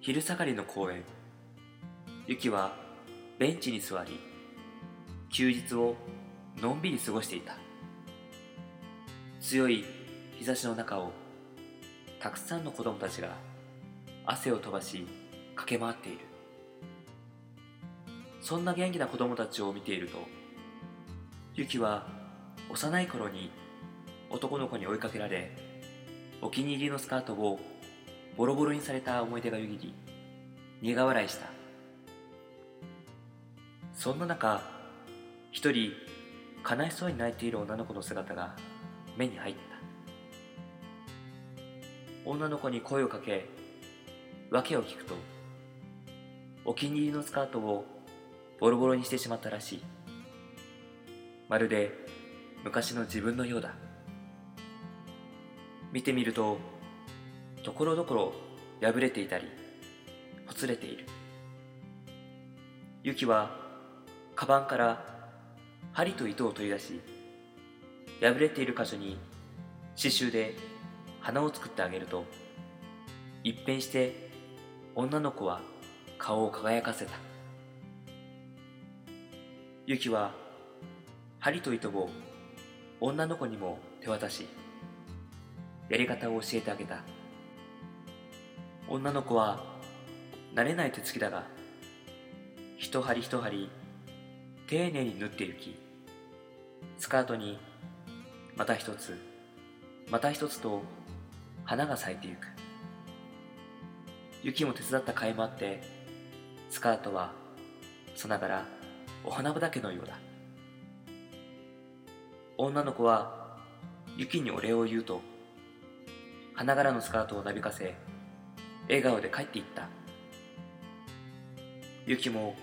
昼下がりの公園ユキはベンチに座り休日をのんびり過ごしていた強い日差しの中をたくさんの子供たちが汗を飛ばし駆け回っているそんな元気な子供たちを見ているとユキは幼い頃に男の子に追いかけられお気に入りのスカートをボロボロにされた思い出がよぎり苦笑いしたそんな中一人悲しそうに泣いている女の子の姿が目に入った女の子に声をかけ訳を聞くとお気に入りのスカートをボロボロにしてしまったらしいまるで昔の自分のようだ見てみるとところどころ破れていたりほつれているユキはカバンから針と糸を取り出し破れている箇所に刺繍で花を作ってあげると一変して女の子は顔を輝かせたユキは針と糸を女の子にも手渡しやり方を教えてあげた女の子は慣れない手つきだが一針一針丁寧に縫ってゆきスカートにまた一つまた一つと花が咲いてゆく雪も手伝った甲斐もあってスカートはさながらお花畑のようだ女の子は雪にお礼を言うと花柄のスカートをなびかせ笑顔で帰っていった雪も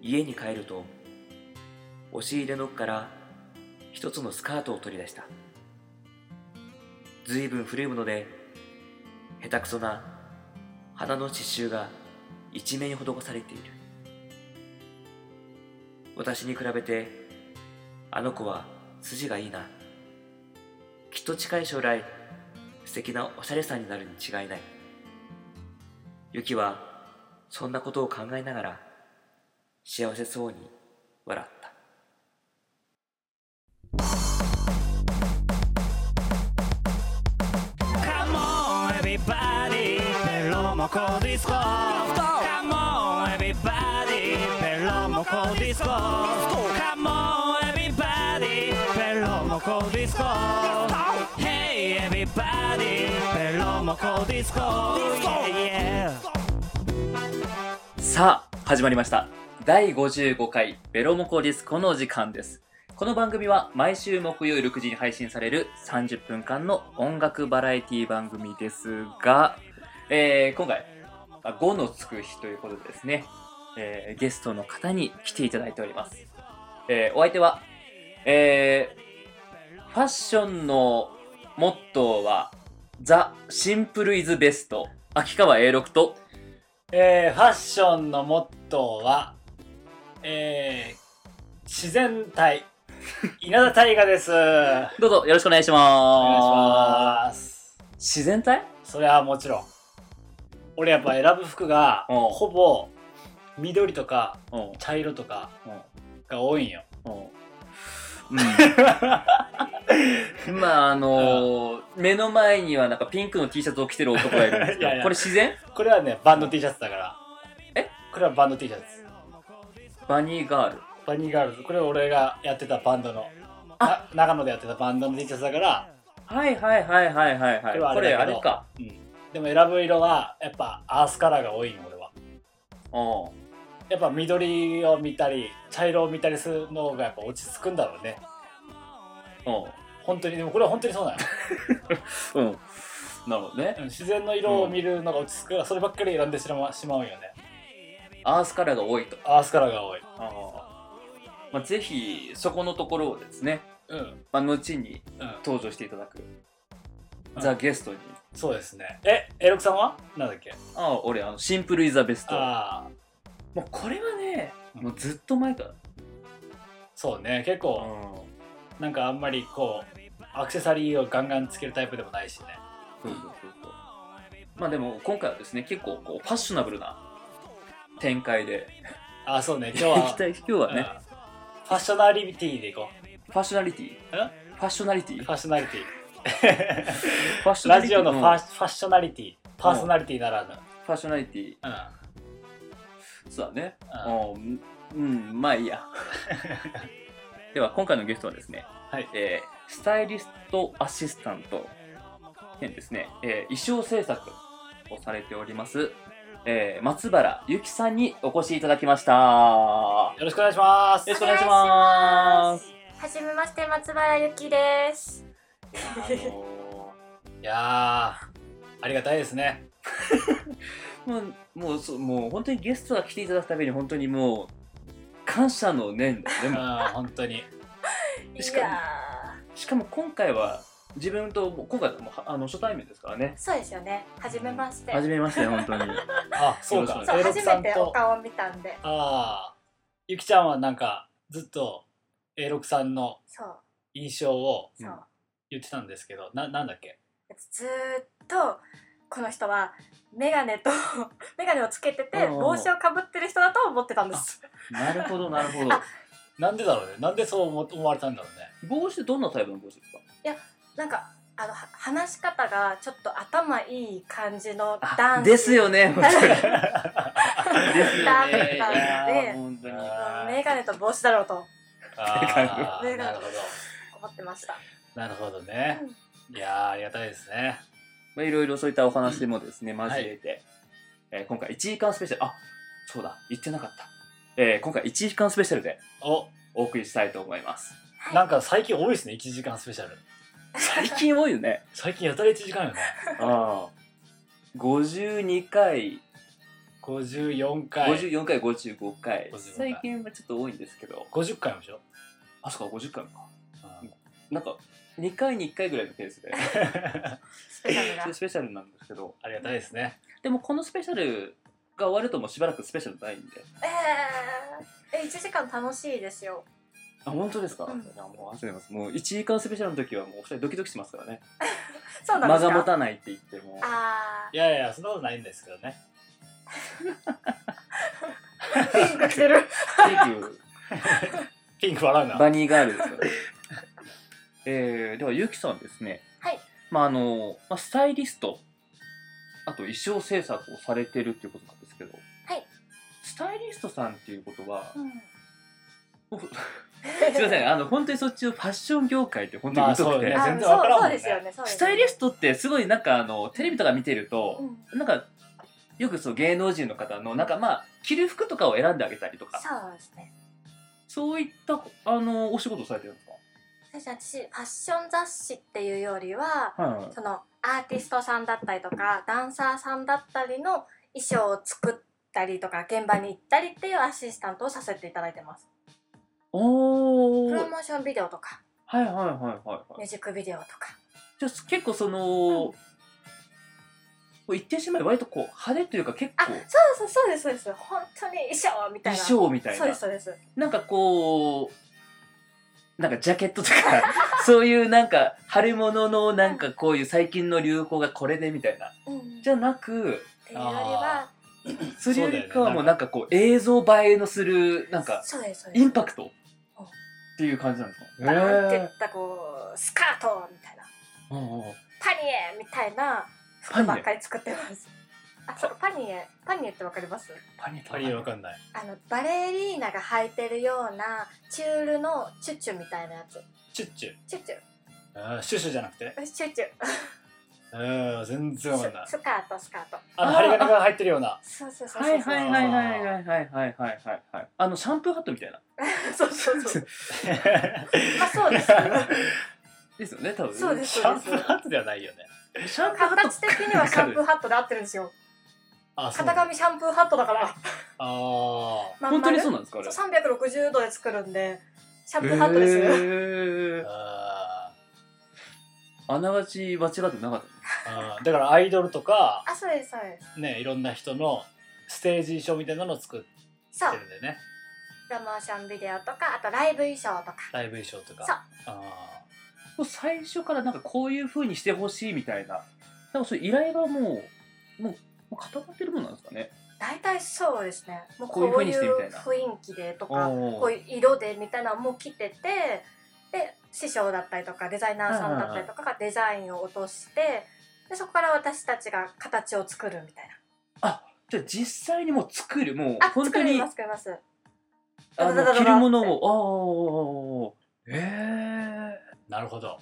家に帰ると押し入れの奥から一つのスカートを取り出したずいぶん古いもので下手くそな花の刺繍が一面に施されている私に比べてあの子は筋がいいなきっと近い将来素敵なおしゃれさんになるに違いないユキはそんなことを考えながら幸せそうに笑った「カモンエビバディペロモコディスコ」「カモンエビバディペロモコディスコ」「カモンエビバディペロモコディスコ」「Hey everybody ペロモコディスコ」Yeah, yeah. さあ始まりました第55回ベロモコディスコのお時間ですこの番組は毎週木曜6時に配信される30分間の音楽バラエティ番組ですが、えー今回5のつく日ということでですね、えーゲストの方に来ていただいております、えーお相手は、えーファッションのモットーはザ・シンプルイズベスト秋川 A6 とえーファッションのモットーは、えー自然体稲田大我ですお願いしどうぞよろしくお願いしますます自然体それはもちろん俺やっぱ選ぶ服がうんほぼ緑とかうん 茶色とかうんが多いんようん、まああのー目の前にはなんかピンクの T シャツを着てる男がいるんですけどいやいやこれ自然これはねバンド T シャツだからえこれはバンド T シャツバニーガールバニーガールズこれは俺がやってたバンドのあ長野でやってたバンドの T シャツだからはいはいはいはいはいはいこれはあこれれだあけどれかでも選ぶ色はやっぱアースカラーが多いんよ俺はうんやっぱ緑を見たり茶色を見たりするのがやっぱ落ち着くんだろうね本当にでもこれは本当にそ うなのうんうんなるほどねうん自然の色を見るのが落ち着くそればっかり選んでしましまうんよねアースカラーが多いとアースカラーが多いまあ、ぜひそこのところをですね、うんまあ、後にうん登場していただく、うんザ・ゲストにそうですねえエロクさんはなんだっけああ俺あのシンプルイザベストああもうこれはねうんもうずっと前から、そうね結構なんかあんまりこうアクセサリーをガンガンつけるタイプでもないしねそうそうそうそうまあでも今回はですね、結構こうファッショナブルな展開で、あ、そうね、今行日きは、たい、今日はね、うんファッショナリティでいこファッショナリティ、う。んファッショナリティ、ファッショナリティ。ファッショナラリジティオのファ,、ファッショナリティ、パーソナリティならぬ。ファッショナリティ、うん。そうだね。ううん、うん、まあいいや。 では今回のゲストはですね、はい。えースタイリストアシスタント兼ですね、えー衣装制作をされております、えー松原ゆきさんにお越しいただきました。よよろしくお願いしますろ。しくお願いします。はじめまして松原ゆきです。いやー、ありがたいですね。あのーもうもうそうもう本当にゲストが来ていただくために本当にもう感謝の念だようん、ね。本当に。しいかもやしかも今回は自分ともう今回はもうはあの初対面ですからねー。そうですよね。はじめまして。初めまして本 当に。あ、そうかよろし。くそうエロ初クさめんておと。顔を見たんで、ああ、ゆきちゃんはなんか、ずっと、A 六さんのそう印象をそう。うん言ってたんですけど、な、なんだっけずーっとこの人はメガネと メガネをつけててうん帽子をかぶってる人だと思ってたんです。なるほどなるほど。なんでだろうね。なんでそう思思われたんだろう ね。帽子ってどんなタイプの帽子ですかなんかあのは話し方がちょっと頭いい感じのあ男子です よね、本当に。ですよだったんね。でいやー本当に。うんメガネと帽子だろうとあメーガなネるほど。思ってました。なるほどね。いやー、ありがたいですね。まあ、いろいろそういったお話もですね、交えて、えー今回1時間スペシャル、あ、そうだ、言ってなかった。えー今回1時間スペシャルでお、お送りしたいと思います。なんか最近多いですね、1時間スペシャル。最近多いよ ね。最近やたら1時間よね。ああ。52回、 54回。54 50, 回、55回。 55回最近はちょっと多いんですけど。回もでしょ、あ、そうか、50回か。 うんなんか、2回に1回ぐらいのペースで、スペシャルが スペシャルなんですけど。ありがたいですね。でもこのスペシャルが終わるともうしばらくスペシャルないんで。えー、え1時間楽しいですよ。あ、本当ですか、うんいやもう忘れます。もう1時間スペシャルの時はもうお二人ドキドキしますからね。そうなんで間すか。が持たないって言っても。あいやいや、そんなことないんですけどね。あ、ピンク着てる。っていうピンク笑うな。バニーガールです からね。えー、では、ゆきさんですね。はい。まあ、あの、まあ、スタイリスト、あと衣装制作をされてるっていうことなんですけど。はい。スタイリストさんっていうことは、うんすいませ ん、あの、本当にそっちのファッション業界って本当まにあ疎くて、そうねあ全然わからんもんねそうそうですよね。そうですスタイリストってすごいなんかあのテレビとか見てると、うんなんかよくそう芸能人の方のなんかまあ着る服とかを選んであげたりとかそうですね。そういったあのお仕事をされてるんです最初私ファッション雑誌っていうよりはかはいはいそのアーティストさんだったりとかダンサーさんだったりの衣装を作ったりとか現場に行ったりっていうアシスタントをさせていただいてます。おープロモーションビデオとかはいはいはいはいはいミュージックビデオとか。じゃあ結構その、こう言ってしまえば割とこう派手というか結あ、構そうそうそうですそうです。本当に衣装みたい衣な。装みたいそうでなすそうです。なんかこうなんかジャケットとか そういうなんか春物のなんかこういう最近の流行がこれでみたいなうん。じゃなくっていうよりはそれよりかはもそううだよねなんかこう映像映えのするなんかそうですそうです。インパクトうんっていう感じなんですか、バーンっていったこうスカートみたいな。パニエみたいな服ばっかり作ってます。あ、そうパニエ、パニエってわかります？パニパリわかんない。あのバレリーナが履いてるようなチュールのチュッチュみたいなやつ。チュッチュチュッチュ、あー。シュシュじゃなくて。チュッチュ、うん、全然わかんないス。スカートスカート。あの、針金が入ってるような。そうそうそうそう。はいはいはいはいはいはいはいはいはいはいあのシャンプーハットみたいなそうそう そう。まあそうですよ。ですよね多分そうですシャンプーハットではないよね。シャンプーハット形的にはシャンプーハットで合ってるんですよ。あ、そう型なんだ。紙シャンプーハットだから。あまん本当にそううなんですかあれ三百六十度で作るんで、シャンプーハットですよ。へーーああながち間違ってなかったー。うんだからアイドルとか、あ、そうですそうです。ね、いろんな人のステージ衣装みたいなのを作ってそう。るんだよね。プロモーションビデオとかあとライブ衣装とかライブ衣装とか。そうあもう最初からなんかこういう風にしてほしいみたいななんかそういう依頼がもうもうもう固まってるもんなんですかね大体そうですねもうここういう風うにいしてみうたいな雰囲気でとかおーこういう色でみたいなのも着ててで師匠だったりとかデザイナーさんだったりとかがデザインを落としてでそこから私たちが形を作るみたいじゃあ実際にもう作るもうなあ本作当りにます作りますあダダダダのダ着るものをああえなるほど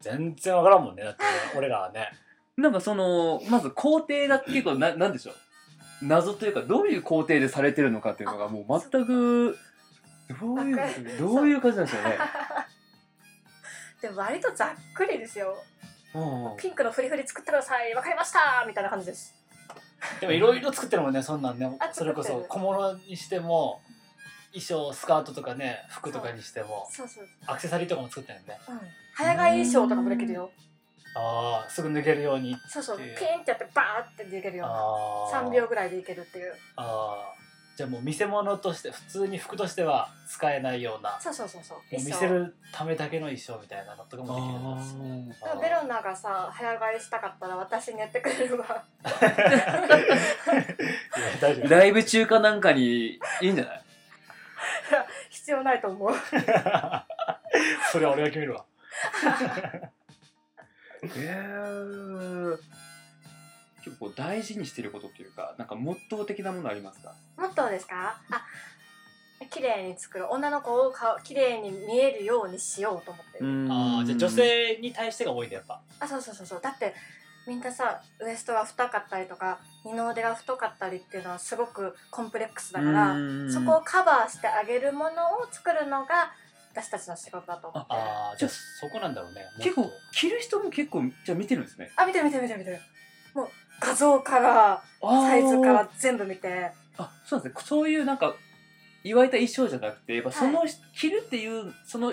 全然わからんもんねだ って俺らはねえなんかそのまず工程が結構ななんでしょう謎というかどういう工程でされてるのかっていうのがもう全くどういうわかるどういう感じなんですよねでも割とざっくりですようんピンクのフリフリ作ってくださいわかりましたみたいな感じですでもいろいろ作ってるもんねそんなんねあそれこ作っそてる小物にしても衣装スカートとかね服とかにしてもそうそう、アクセサリーとかも作ってるよねうん、早替え衣装とかもできるよああすぐ脱げるようにそうそうへピーンってやってバーってできるようなああ3秒ぐらいでいけるっていうああじゃあもう見せ物として普通に服としては使えないようなもそうそうそうそうう見せるためだけの衣装みたいなのとかもできるんですだからベロナがさ早替えしたかったら私にやってくれるわいや大丈夫ライブ中かなんかにいいんじゃない 必要ないと思う それは俺が決めるわ結構大事にしてることというかなんかモットー的なものありますかもっとですかあ綺麗に作る女の子を顔綺麗に見えるようにしようと思ってる、ああじゃあ女性に対してが多いねやっぱあそうそうそうそうだってみんなさウエストが太かったりとか二の腕が太かったりっていうのはすごくコンプレックスだからそこをカバーしてあげるものを作るのが私たちの仕事だと思ってるああじゃあそこなんだろうね結構着る人も結構じゃあ見てるんですねあ見てる見てる見てる見てるもう画像からサイズから全部見てあそうなんですねそういうなんか言われた衣装じゃなくてやっぱその、着るっていうその、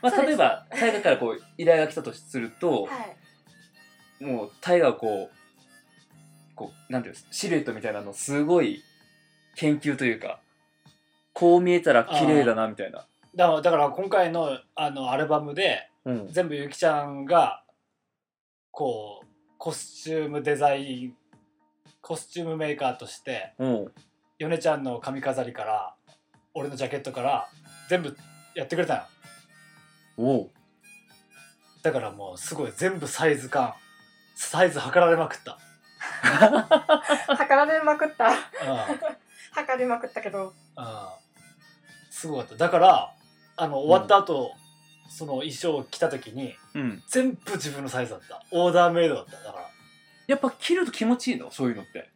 まあ、そうです例えば大河からこう依頼が来たとする と、はいもう大河はこうこうなんていうんですシルエットみたいなのをすごい研究というかこう見えたら綺麗だなみたいな。だからだから今回のあのアルバムでうん、全部ゆきちゃんがこうコスチュームデザインコスチュームメーカーとしてうん、ヨネちゃんの髪飾りから俺のジャケットから全部やってくれたのおうだからもうすごい全部サイズ感サイズ測られまくった、測られまくった うん測りまくったけうどんすごかっただからあの終わった後、その衣装を着た時にうん、全部自分のサイズだったオーダーメイドだっただからやっぱ着ると気持ちいいのそういうのって。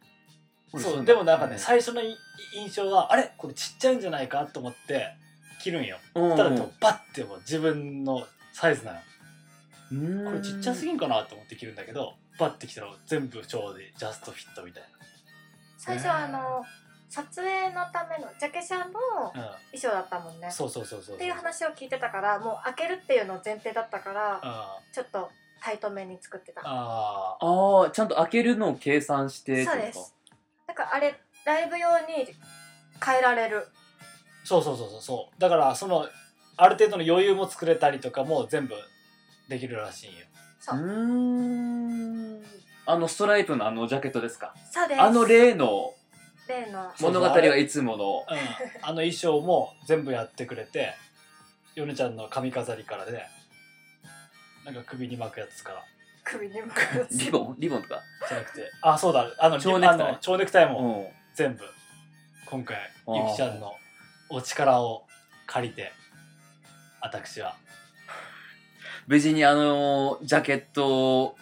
そうでもなんかね、う最初のい印象はあれこれちっちゃいんじゃないかと思って着るんようんただでもバッてもう自分のサイズなのうんこれちっちゃすぎんかなと思って着るんだけどバッて着たら全部ちょうどいいジャストフィットみたい最初はあの撮影のためのジャケ写の衣な、装だったもんうねん、そうそうそうそうっていう話を聞いてたからもう開けるっていうの前提だったからあちょっとタイトめに作ってたあああちゃんと開けるのを計算してそうですなんかあれライブ用に変えられるそうそうそうそうそうだからそのある程度の余裕も作れたりとかも全部できるらしいんよそううーんあのストライプのあのジャケットですかそうですあの例の例の物語はいつもの うん、あの衣装も全部やってくれてヨネちゃんの髪飾りからねなんか首に巻くやつから首に巻くリボンリボンとかじゃなくてあそうだあの蝶ネクタイあの蝶ネクタイうもん全部、今回あーゆきちゃんのお力を借りて私は無事にあのジャケット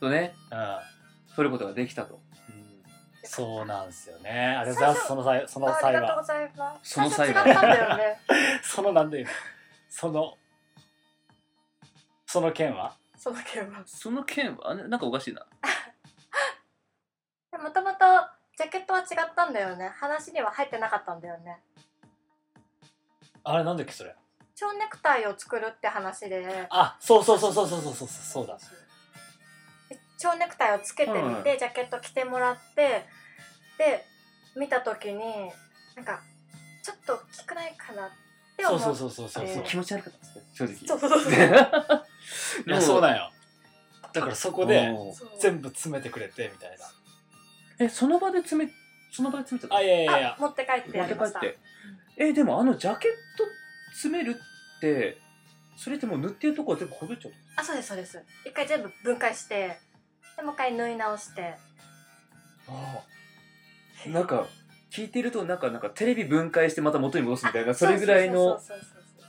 とねうん取ることができたとそうなんですよねありがとうございますその際そのああ際りがとうごはざいますその際は最初違ったんだよねそのなんで今そのその件は その件はその件はあれなんかおかしいなもともとジャケットは違ったんだよね話には入ってなかったんだよねあれなんだっけそれ蝶ネクタイを作るって話であそうそうそうそうそうそうそうそうだで蝶ネクタイをつけてみて、ジャケット着てもらってで見た時になんかちょっと大きくないかなってそ思ううそうそうそうそうえそうー気持ち悪かったですね正直 そうそうそうでもいやそうなんよだからそこでおーそう全部詰めてくれてみたいなえその場で詰めその場で詰めちゃあっいやいやいあや持って帰ってたや持りっまて帰したってえでもあのジャケット詰めるってそれってもう塗ってるとこは全部ほどいちゃうあそうですそうです一回全部分解してでもう一回縫い直してああなんか聞いてるとなんかなんかテレビ分解してまた元に戻すみたいなそれぐらいのそうそうそうそうそう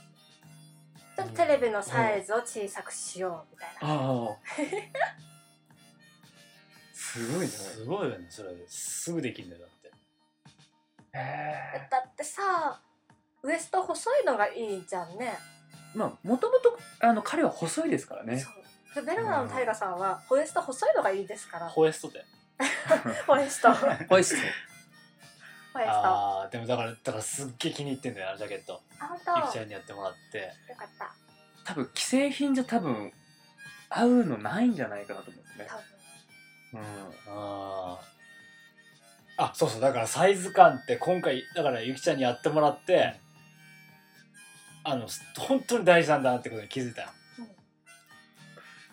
ちょっとテレビのサイズを小さくしようみたいなああすごいねすごいよねそれすぐできるんだよだってへだってさウエスト細いのがいいじゃんねえまあもともとあの彼は細いですからねそうでベルナのタイガさんはウエスト細いのがいいで すからホエストでウエストウエストホイストあああでもだからだからすっげえ気に入ってんだよあのジャケット本当ゆきちゃよんにやってもらってかった多分既製品じゃ多分合うのないんじゃないかなと思うんですね多う分あーあそうそうだからサイズ感って今回だからゆきちゃんにやってもらってあのす本当に大事なんだなってことに気づいたよん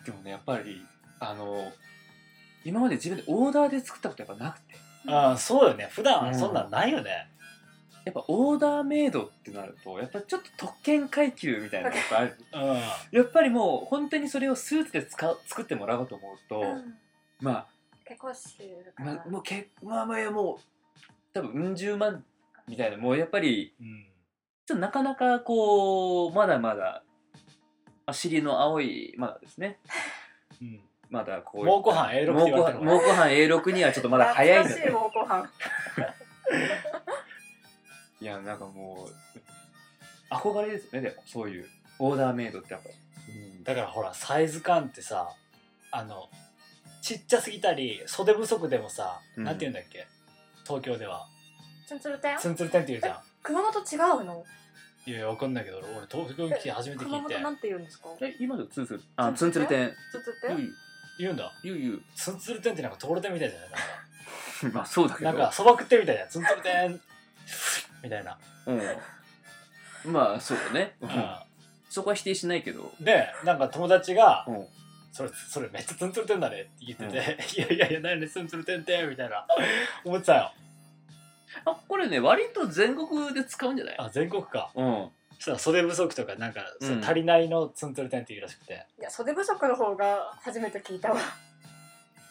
でもねやっぱりあの今まで自分でオーダーで作ったことやっぱなくてあーそうよね普段うはんそんなんないよね、やっぱオーダーメイドってなるとやっぱちょっと特権階級みたいなのがあるうんやっぱりもう本当にそれをスーツで使う作ってもらおうと思うと、うんま結婚式だあ、からまあ、もうけまあまあもう多分うん十万みたいなもうやっぱりうんちょっとなかなかこうまだまだまあ尻の青いまだですねうんまだこう蒙古藩 A6 って蒙言古わ藩れてるの蒙古藩 A6 にはちょっとまだ早いんだ懐かしいねもうご飯いやなんかもう憧れですよねでもそういうオーダーメイドってやっぱだからほらサイズ感ってさあのちっちゃすぎたり袖不足でもさ、うんなんて言うんだっけ東京ではツンツル店ツンツルテンって言うじゃ熊本違うのんいやいやわかんないけど俺俺東京に来て初めて聞熊いて本なんて言うんですかえ今のツンツルあツンツル店ツンツルゆ店う言うんだゆうゆツンツルテンってなんかとろてんみたいじゃないなんかう まあそうだけどなんかそば食ってみたいなツンツルテン みたいな、うん、まあそうだね、うんうそこは否定しないけど、ん、でなんか友達がうん、 「それそれめっちゃツンツルテンだね」って言ってて「 いやいやいや何でツンツルテンって」みたいな思ってたよあこれね割と全国で使うんじゃないあ全国かうんそしたら袖不足とかなんか、そううん足りないのツンツルテンっていうらしくていや袖不足の方が初めて聞いたわ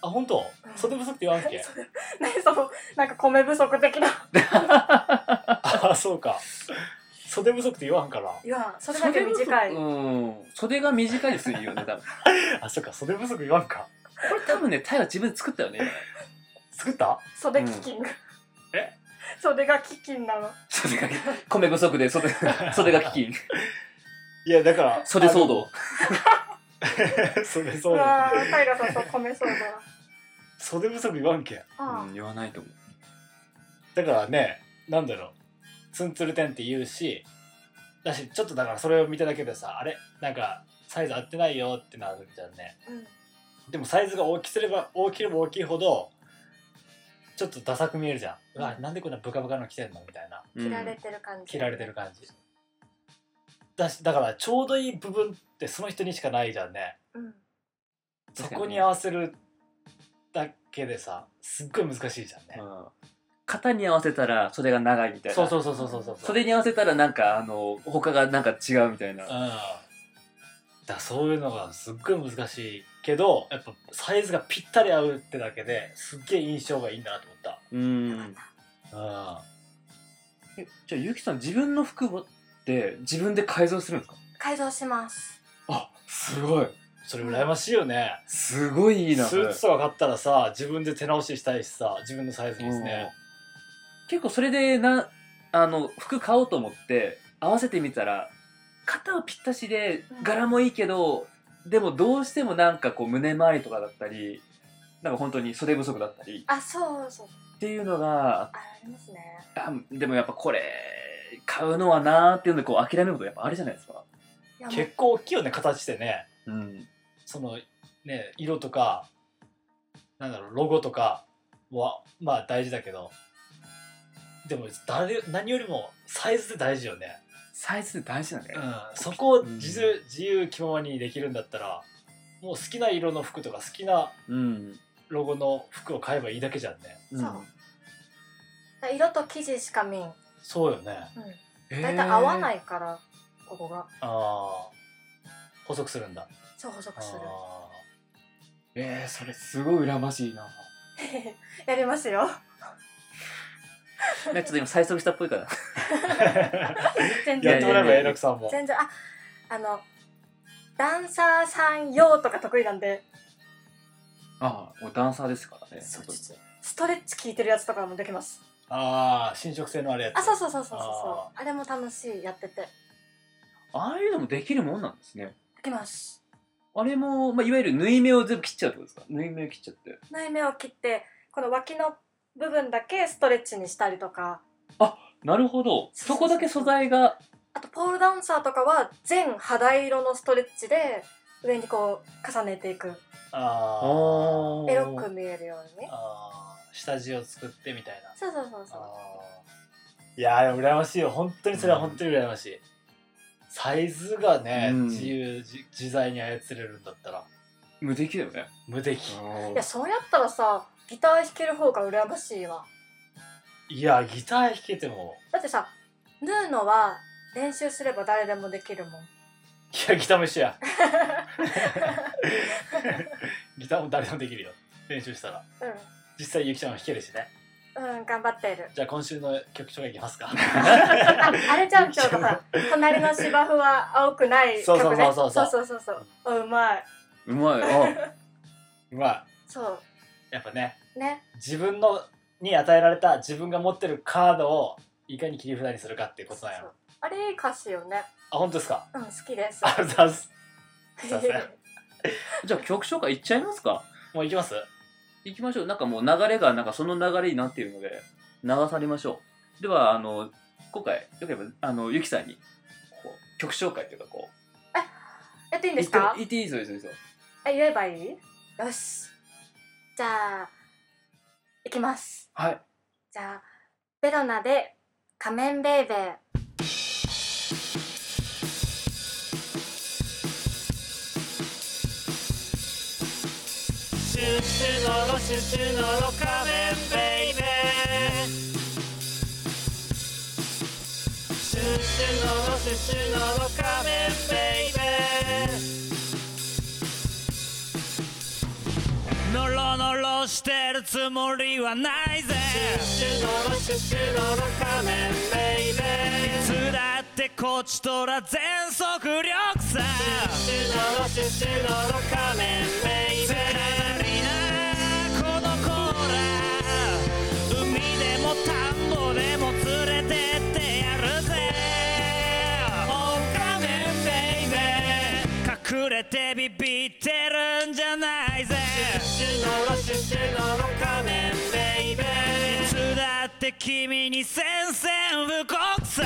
あ本当うん袖不足って言わんっけ それ何そのなんか米不足的なあそうか袖不足って言わんからいやそれだけ短い袖のうん袖が短いですよね多分あそうか袖不足言わんかこれ多分ねタイは自分で作ったよね今ね作った袖基金が、え袖が基金なの袖が米不足で袖袖が飢饉いやだから袖騒動あの 袖騒うわ動ータイガさんそう米騒動袖不足言わんけああ、うん言わないと思うだからねなんだろうツンツルテンって言うしだしちょっとだからそれを見ただけでさあれなんかサイズ合ってないよってなるじゃんねうんでもサイズが大きすれば大きれば大きいほどちょっとダサく見えるじゃん、うわなんでこんなブカブカの着てんのみたいな切られてる感じ着られてる感じだしだからちょうどいい部分ってその人にしかないじゃんねうんそ確かにこに合わせるだけでさすっごい難しいじゃんうね、ん肩に合わせたら袖が長いみたいなそうそうそうそうそうそう袖に合わせたらなんかあの他がなんか違うみたいな、うんだそういうのがすっごい難しいけどやっぱサイズがぴったり合うってだけですっげえ印象がいいんだなと思ったうんえじゃあゆきさん自分の服はって自分で改造するんですか改造しますあすごいそれ羨ましいよね、すごいいいなスそれーツとか買ったらさ自分で手直ししたいしさ自分のサイズにですねうん結構それでなあの服買おうと思って合わせてみたら肩はぴったしでうん柄もいいけど、でもどうしてもなんかこう胸周りとかだったりなんか本当に袖不足だったりあそうそうっていうのがあありますねあでもやっぱこれ買うのはなーっていうのでこう諦めることやっぱあるじゃないですか。いやもう結構大きいよね形でねうん、そのね色とかなんだろうロゴとかはまあ大事だけどでも誰何よりもサイズって大事よねサイズって大事なんだようんそこを自由,、自由気ままにできるんだったらもう好きな色の服とか好きなうん。ロゴの服を買えばいいだけじゃんねうん。そうだ色と生地しか見ん、うん、そうよねだいたい合わないいからここがああ補足するんだ超細くするあえー、 それすごい羨ましいな。 やりますよね、ちょっと今最速したっぽいから。ーや全然っいてやもいらえばやえなくさんも全然ああのダンサーさん用とか得意なんでああ、もうダンサーですからね。そう実はストレッチ効いてるやつとかもできますああ伸縮性のあれやつあそうそうそうそうそうあそうあれも楽しいやっててああいうのもできるもんなんですね。できますあれも、まあ、いわゆる縫い目を全部切っちゃうってことですか縫い目を切っちゃって。内目を切ってこの脇の部分だけストレッチにしたりとかなるほど。そこだけ素材が、あとポールダンサーとかは全肌色のストレッチで上にこう重ねていくああエロく見えるようにーあー下地を作ってみたいなそうそうそうそうあーいやーでも羨ましいよ本当にそれは本当に羨ましい、サイズがね、うん自由自自在に操れるんだったら無敵だよね。無敵いやそうやったらさギター弾ける方が羨ましいわいやギター弾けてもだってさ縫うのは練習すれば誰でもできるもんいやギターも一緒やギターも誰でもできるよ練習したら実際ゆきちゃんも弾けるしねうんうん頑張っ てるじゃあ今週の曲紹介いきますかああれちゃんちょうどさ隣の芝生は青くないそう曲そうねそうそうそうそうそうそううんうまいうまい。 あ、まあそやっぱねうね自分のに与えられた自分が持ってるカードをいかに切り札にするかっていうことなんやそろうあれいい歌詞よねあ本当ですかうん好きですありがとうございますそう ですねじゃあ曲紹介いっちゃいますかもういきます行きましょう。なんかもう流れが、なんかその流れになっているので、流されましょう。では、あの、今回、よければ、あの、ゆきさんに、こう、曲紹介というか、こう、やっていいん言でっすてか言っていいですよ、いいですよいいですよ。あ言えばいいよしじゃあいきますはい。じゃあベロナで仮面ベイベーシュッシュのろシュッシュのろ仮面ベイベーシュッシュのろシュッシュのろ仮面ベイベーのろのろしてるつもりはないぜシュッシュのろシュッシュのろ仮面ベイベーいつだってこっちとら全速力さシュッシュのろシュッシュのろ仮面ベイベーこの子ら海でも田んぼでも連れてってやるぜオオカメベイベー隠れてビビってるんじゃないぜシュノロシュシュノロカメベイベーいつだって君に宣戦布告さ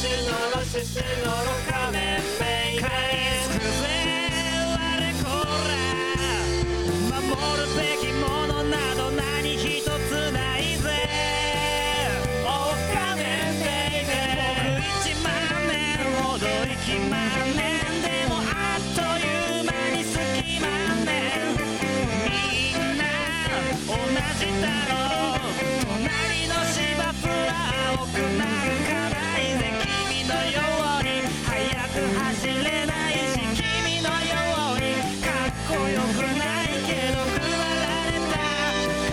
シュノロシュシュノロカメベイベー返すぜ我こら守るべきものなど何一つないぜお金ベイベー僕1万年ほど1万年でもあっという間に好き万年みんな同じだろう隣の芝生は青くなんかないぜ君のように速く走れないし君のようにかっこよくないけど配られたカ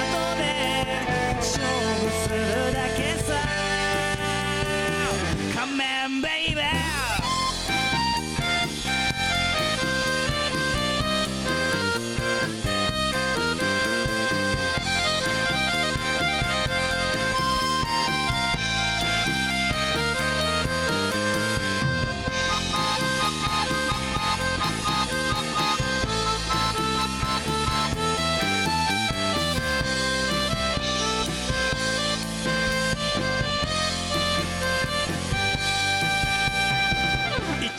ードで勝負するだけさ仮面ベイベー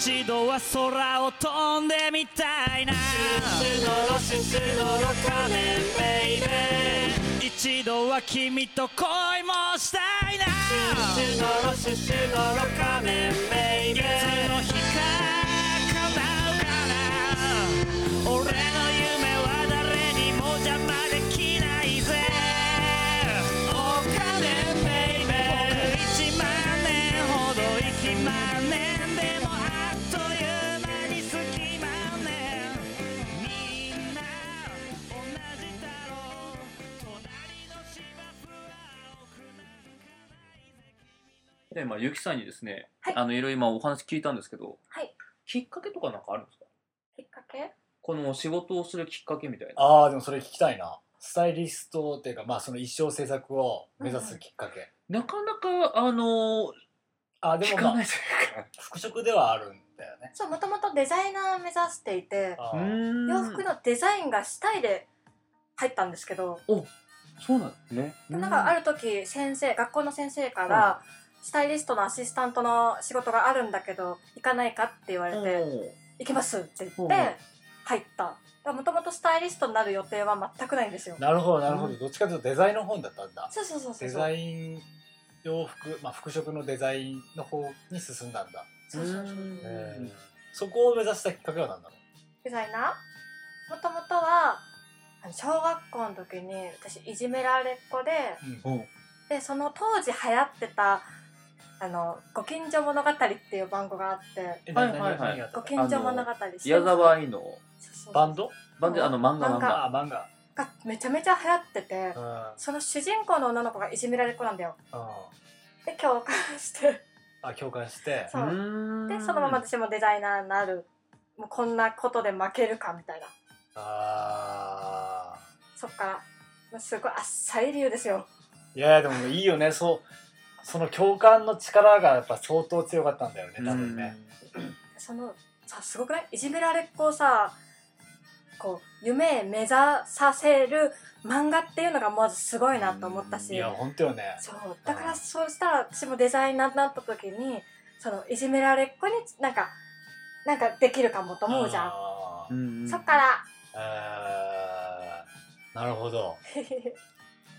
一度は空を飛んでみたいなシュのろシュシュのろ仮面ベイベー一度は君と恋もしたいなシュのろシュシュのろ仮面ベイベーいつの日か叶うかなじゃあ今ゆきさんにですね、はいあのいろいろ今お話聞いたんですけど、はいきっかけとかなんかあるんですかきっかけこの仕事をするきっかけみたいなああでもそれ聞きたいなスタイリストっていうかまあその一生制作を目指すきっかけ、なかなかあのああで聞もかまなあい と服飾ではあるんだよねそうもともとデザイナー目指していてあいうか、うーーん洋服のデザインがしたいで入ったんですけどそうなんですねでなんかある時先生学校の先生から、スタイリストのアシスタントの仕事があるんだけど行かないかって言われうて、んお行きますって言うんって入ったもともとスタイリストになる予定は全くないんですよなるほどなるほうどどっちかというとデザインの本だったんだそうそうそうそうデそうザイン洋服、まあ、服飾のデザインの方に進んだんだ、そうそうそうーうんそこを目指したきっかけは何だろデザイナーもともとはあの小学校の時に私いじめられっ子でう、うんでその当時流行ってたあの「ご近所物語」っていう番号があってえはい何はいはい何があっ「ごた近所物語」矢沢愛のそうそうバンドバンドあの漫画漫漫画画あ漫画がめちゃめちゃ流行っててうんうんその主人公の女の子がいじめられっ子なんだよで共感してあ共感してそうでそのまま私もデザイナーになるもうこんなことで負けるかみたいなあそっからもうすごいあっさり理由ですよーいやいやでもいいよねそうその共感の力がやっぱ相当強かったんだよね多分ね、そのさすごくないいじめられっ子をさこう夢へ目指させる漫画っていうのがまずすごいなと思ったうんしいや本当よねそうだからそうしたら私もデザイナーになった時にそのいじめられっ子になんかなんかできるかもと思うじゃんあうーんそっからあーなるほど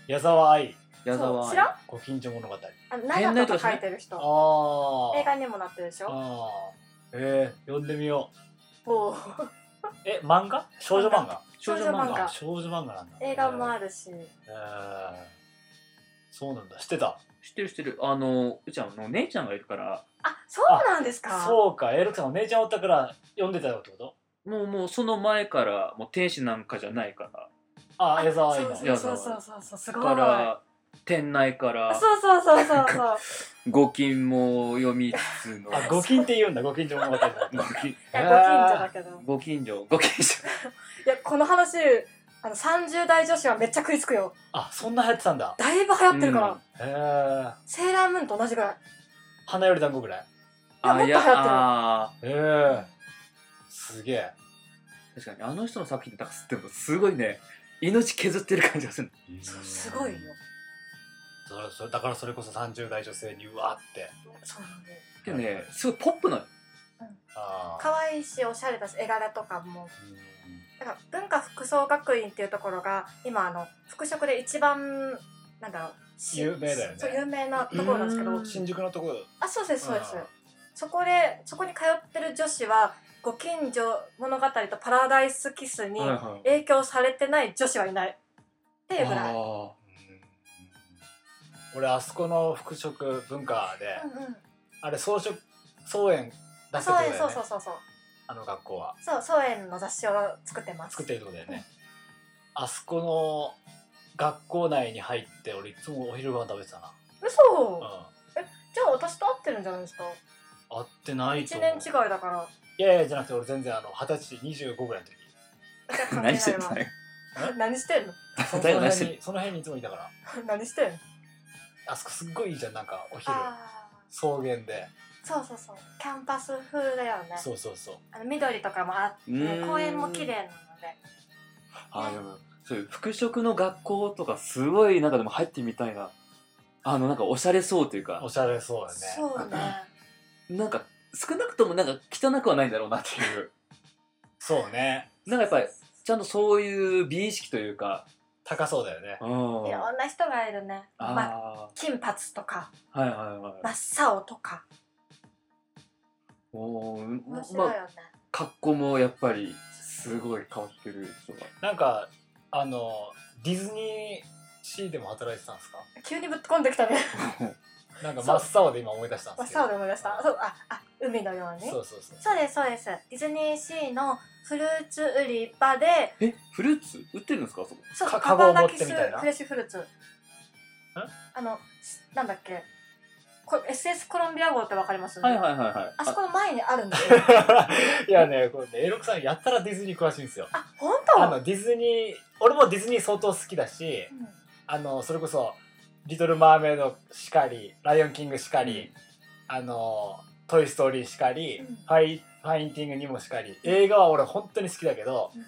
矢沢愛矢沢そう愛知らんご近所物語あの長年代ととかかね書いてる人ああ映画にもなってるでしょああーえー、読んでみよおううえ漫画少女漫画少女漫あ画少女漫画なんだ映画もある、るしえーそうなんだ知ってた知ってる知ってるあのうちゃんの姉ちゃんがいるからあそうなんですかそうかエルクさんお姉ちゃんおったから読んでたよってこともうもうその前からもう天使なんかじゃないからああ江沢愛のそうそうそうそうそうすごいから店内かあらそうそうそうそうそう五金も読みつつのあ 五金って言うんだ五金所物語だ五金いやご近所だけどご近所ご近所いやこの話あの30代女子はめっちゃ食いつくよあそんな流行ってたんだだいぶ流行ってるから、うんへえセーラームーンと同じぐらい花より団子ぐらいやもっと流行ってるあへえすげえー確かにあの人の作品ってなんかでもすごいね命削ってる感じがするそうすごいよそれそれだからそれこそ30代女性にうわってそうなんでけどねすごいポップなのああ可愛いしおしゃれだし絵柄とかもうんだから文化服装学院っていうところが今あの服飾で一番なんだろうし有名だよねそう有名なところなんですけどうん新宿のところあそうですそうですうんそこでそこに通ってる女子はご近所物語とパラダイスキスにはいはい影響されてない女子はいないっていうぐらあうい、ん俺あそこの服飾文化で、うんうん、あれ装飾草園出あしてそるとこだうよねそうそうそうそうあの学校はそうそう園の雑誌を作ってます作ってるとこだよね、あそこの学校内に入って俺いつもお昼ご飯食べてたな、嘘うん、じゃあ私と合ってるんじゃないですか合ってないと1思う年違いだ からいやいやじゃなくて俺全然あの二十歳25ぐらいの時じゃあー関係何してんのないわ何してんのそのだよね辺にその辺にいつもいたから何してんのあそこすっごいいいじゃんなんかお昼ああ草原でそうそうそうキャンパス風だよねそうそうそうあの緑とかもあってうーん公園も綺麗なのであーでもそういう服飾の学校とかすごいなんかでも入ってみたいなあのなんかおしゃれそうというかおしゃれそうだねそうねなんか少なくともなんか汚くはないんだろうなっていうそうねなんかやっぱりちゃんとそういう美意識というか高そうだよねうんあいろんな人がいるねまああ金髪とかーはいはいはい真っ青とかおー面白まいあよね、格好もやっぱりすごい変わってる人がなんかあのディズニーシーでも働いてたんですか急にぶっ込んできたねなんかそ真うっ青で今思い出したんで真っすけど青で思い出したそうああ海のようにそうそうそうそうですそうですディズニーシーのフルーツ売り場でえフルーツ売ってるんですかあそこそうかカバカゴをーだ持けっすてるみたいなフレッシュフルーツあのすなんだっけこ SS コロンビア号ってわかります、はいはいはいはい。あそこの前にあるんですよ。 いやね、これね、A6 さんやったらディズニー詳しいんですよ。あ、本あ当の、ディズニー、俺もディズニー相当好きだし、うんあの、それこそ、リトル・マーメイドしかり、ライオン・キングしかり、あの、トイ・ストーリーしかり、うんファイファインティングにもしかり、映画は俺本当に好きだけど、うん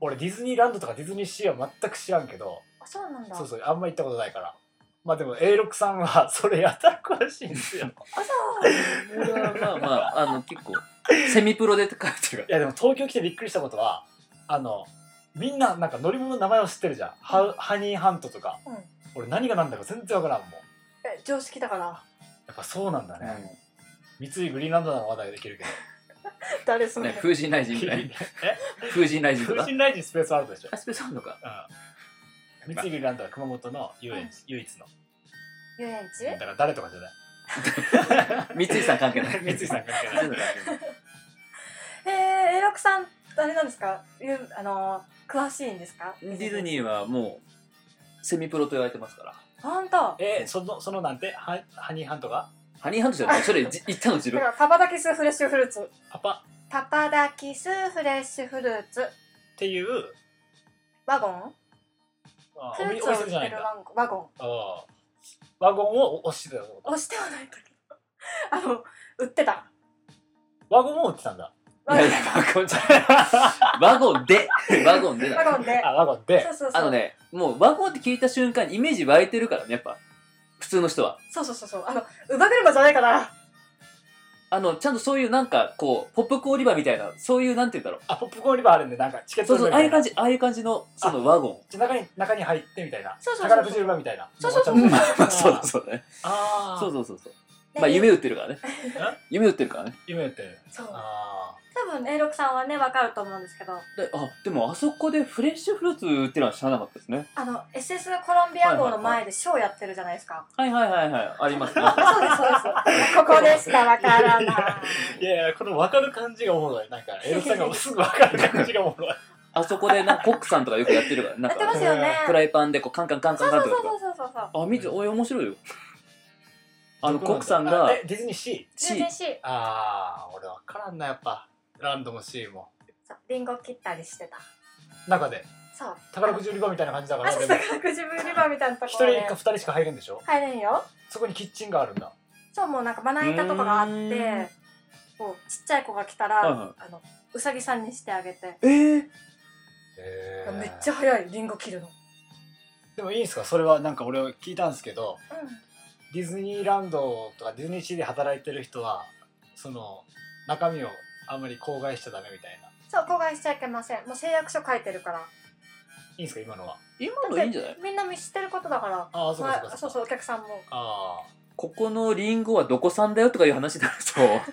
俺ディズニーランドとかディズニーシーは全く知らんけど、あ、そうなんだ。そうそう、あんま行ったことないから。まあでも A6 さんはそれやたら詳しいんですよ。あ、そこう。れはまあまあ、あの、結構、セミプロでって書いてるいやでも東京来てびっくりしたことは、あの、みんななんか乗り物の名前を知ってるじゃん。ハハニーハントとか。うん俺何が何だか全然わからんもん。え、常識だから。 やっぱそうなんだから。ね。三井グリーンランドなら話題できるけど。誰そうんれ。ね、風神雷神 みたいな。風神雷神と風か。神ライジンスペースワールドでしょ。あ、スペースあんのか。うん。三井グリーンランドは熊本の遊園地、唯一の。遊園地。だから誰とかじゃない。 三井さん関係ない。 三井さん関係な三井さんい関係ないええー、A6 さん、あれなんですか。ゆあのー、詳しいんですか。ディズー。ニーはもう、セミプロと言われてますから。本当。えー、その、そのなんて、ハハニーハントがハニーハントじゃないそれ、じ言ったの自だ分か。らパパダキスフレッシュフルーツ。パパっパパダキスフレッシュフルーツ。ていう、ワゴン。あフおルー店ツおを売店っじゃなていんるだ。ワゴンワゴン。ああワゴンを押してたよ押してはないんだけど。 あの、売ってた。ワゴンを押ってたん だ。ワいやいやワゴンじゃないワゴン で、ワゴンでだゴンで。あ、ワゴンでそ。うそうそう。あのね、もうワゴンって聞いた瞬間にイメージ湧いてるからね、やっぱ。普通の人は。そうそうそうそう。あの、乳母車じゃないから。あの、ちゃんとそういうなんか、こう、ポップコーン売り場みたいな、そういう、なんて言うんだろあ、ポップコーンリバーあるんで、なんかチケッう。そトうそう、売りあ場あいう感みたいなじ、ああいう感じの、そのワゴじゃあ中に、中に入ってみたいな。そうそうそうそう宝くじ売り場みたいな。そうそうそうおン。茶まもあ まあ、そうだそうだね。ああ。そうう。そうそうそう。でまあ、夢売ってるからねえ。夢売ってるからね。夢やってる。そう。あ多分 A6 さんはね、わかると思うんですけど、であ、でもあそこでフレッシュフルーツ売ってるのは知らなかったですね。あの、SS コロンビア号の前でショーやってるじゃないですか。はいはいはいはい。ありますね。そうです、そうです。ここでしかわからない。あ。いやいや、この分かる感じがおもろい。なんか、エロさん がすぐ分かる感じがおもろい。 あそこでなんか、コックさんとかよくやってるから、なんやってまか、すよね。フライパンでこう、カンカンカンカそンうカンそってうそことうそうそうそう。あ、見て、おい、面白いよ。あの、どこコッなんだクさんがあ、えディズニーシ C 全然、し、ー。ああ、俺分からんな、やっぱ。ランドもシーも。そうリンゴ切ったりしてた。中で。そう。宝くじ売り場みたいな感じだかあ、ら。そうでも宝くじ売り場みたいなと一ころ人でか二人しか入れんでしょ入れんよ。そこにキッチンがあるんだ。そう、もうなんかまな板とかがあっうーんて、こう、ちっちゃい子が来たら、はいはいあの、うさぎさんにしてあげて、えー、へーめっちゃ早い、リンゴ切るの。でもいいんですかそれはなんか俺は聞いたんですけどうん。ディズニーランドとかディズニーシーで働いてる人はその中身をあんまり口外しちゃダメみたいなそう、公害しちゃいけません。もう誓約書書いてるから。いいんですか今のは今のいいんじゃないみんな知ってることだから。ああそうかそうまかあそうかうそう、お客さんも。あここのリンゴはどこ産だよとかいう話だとーあー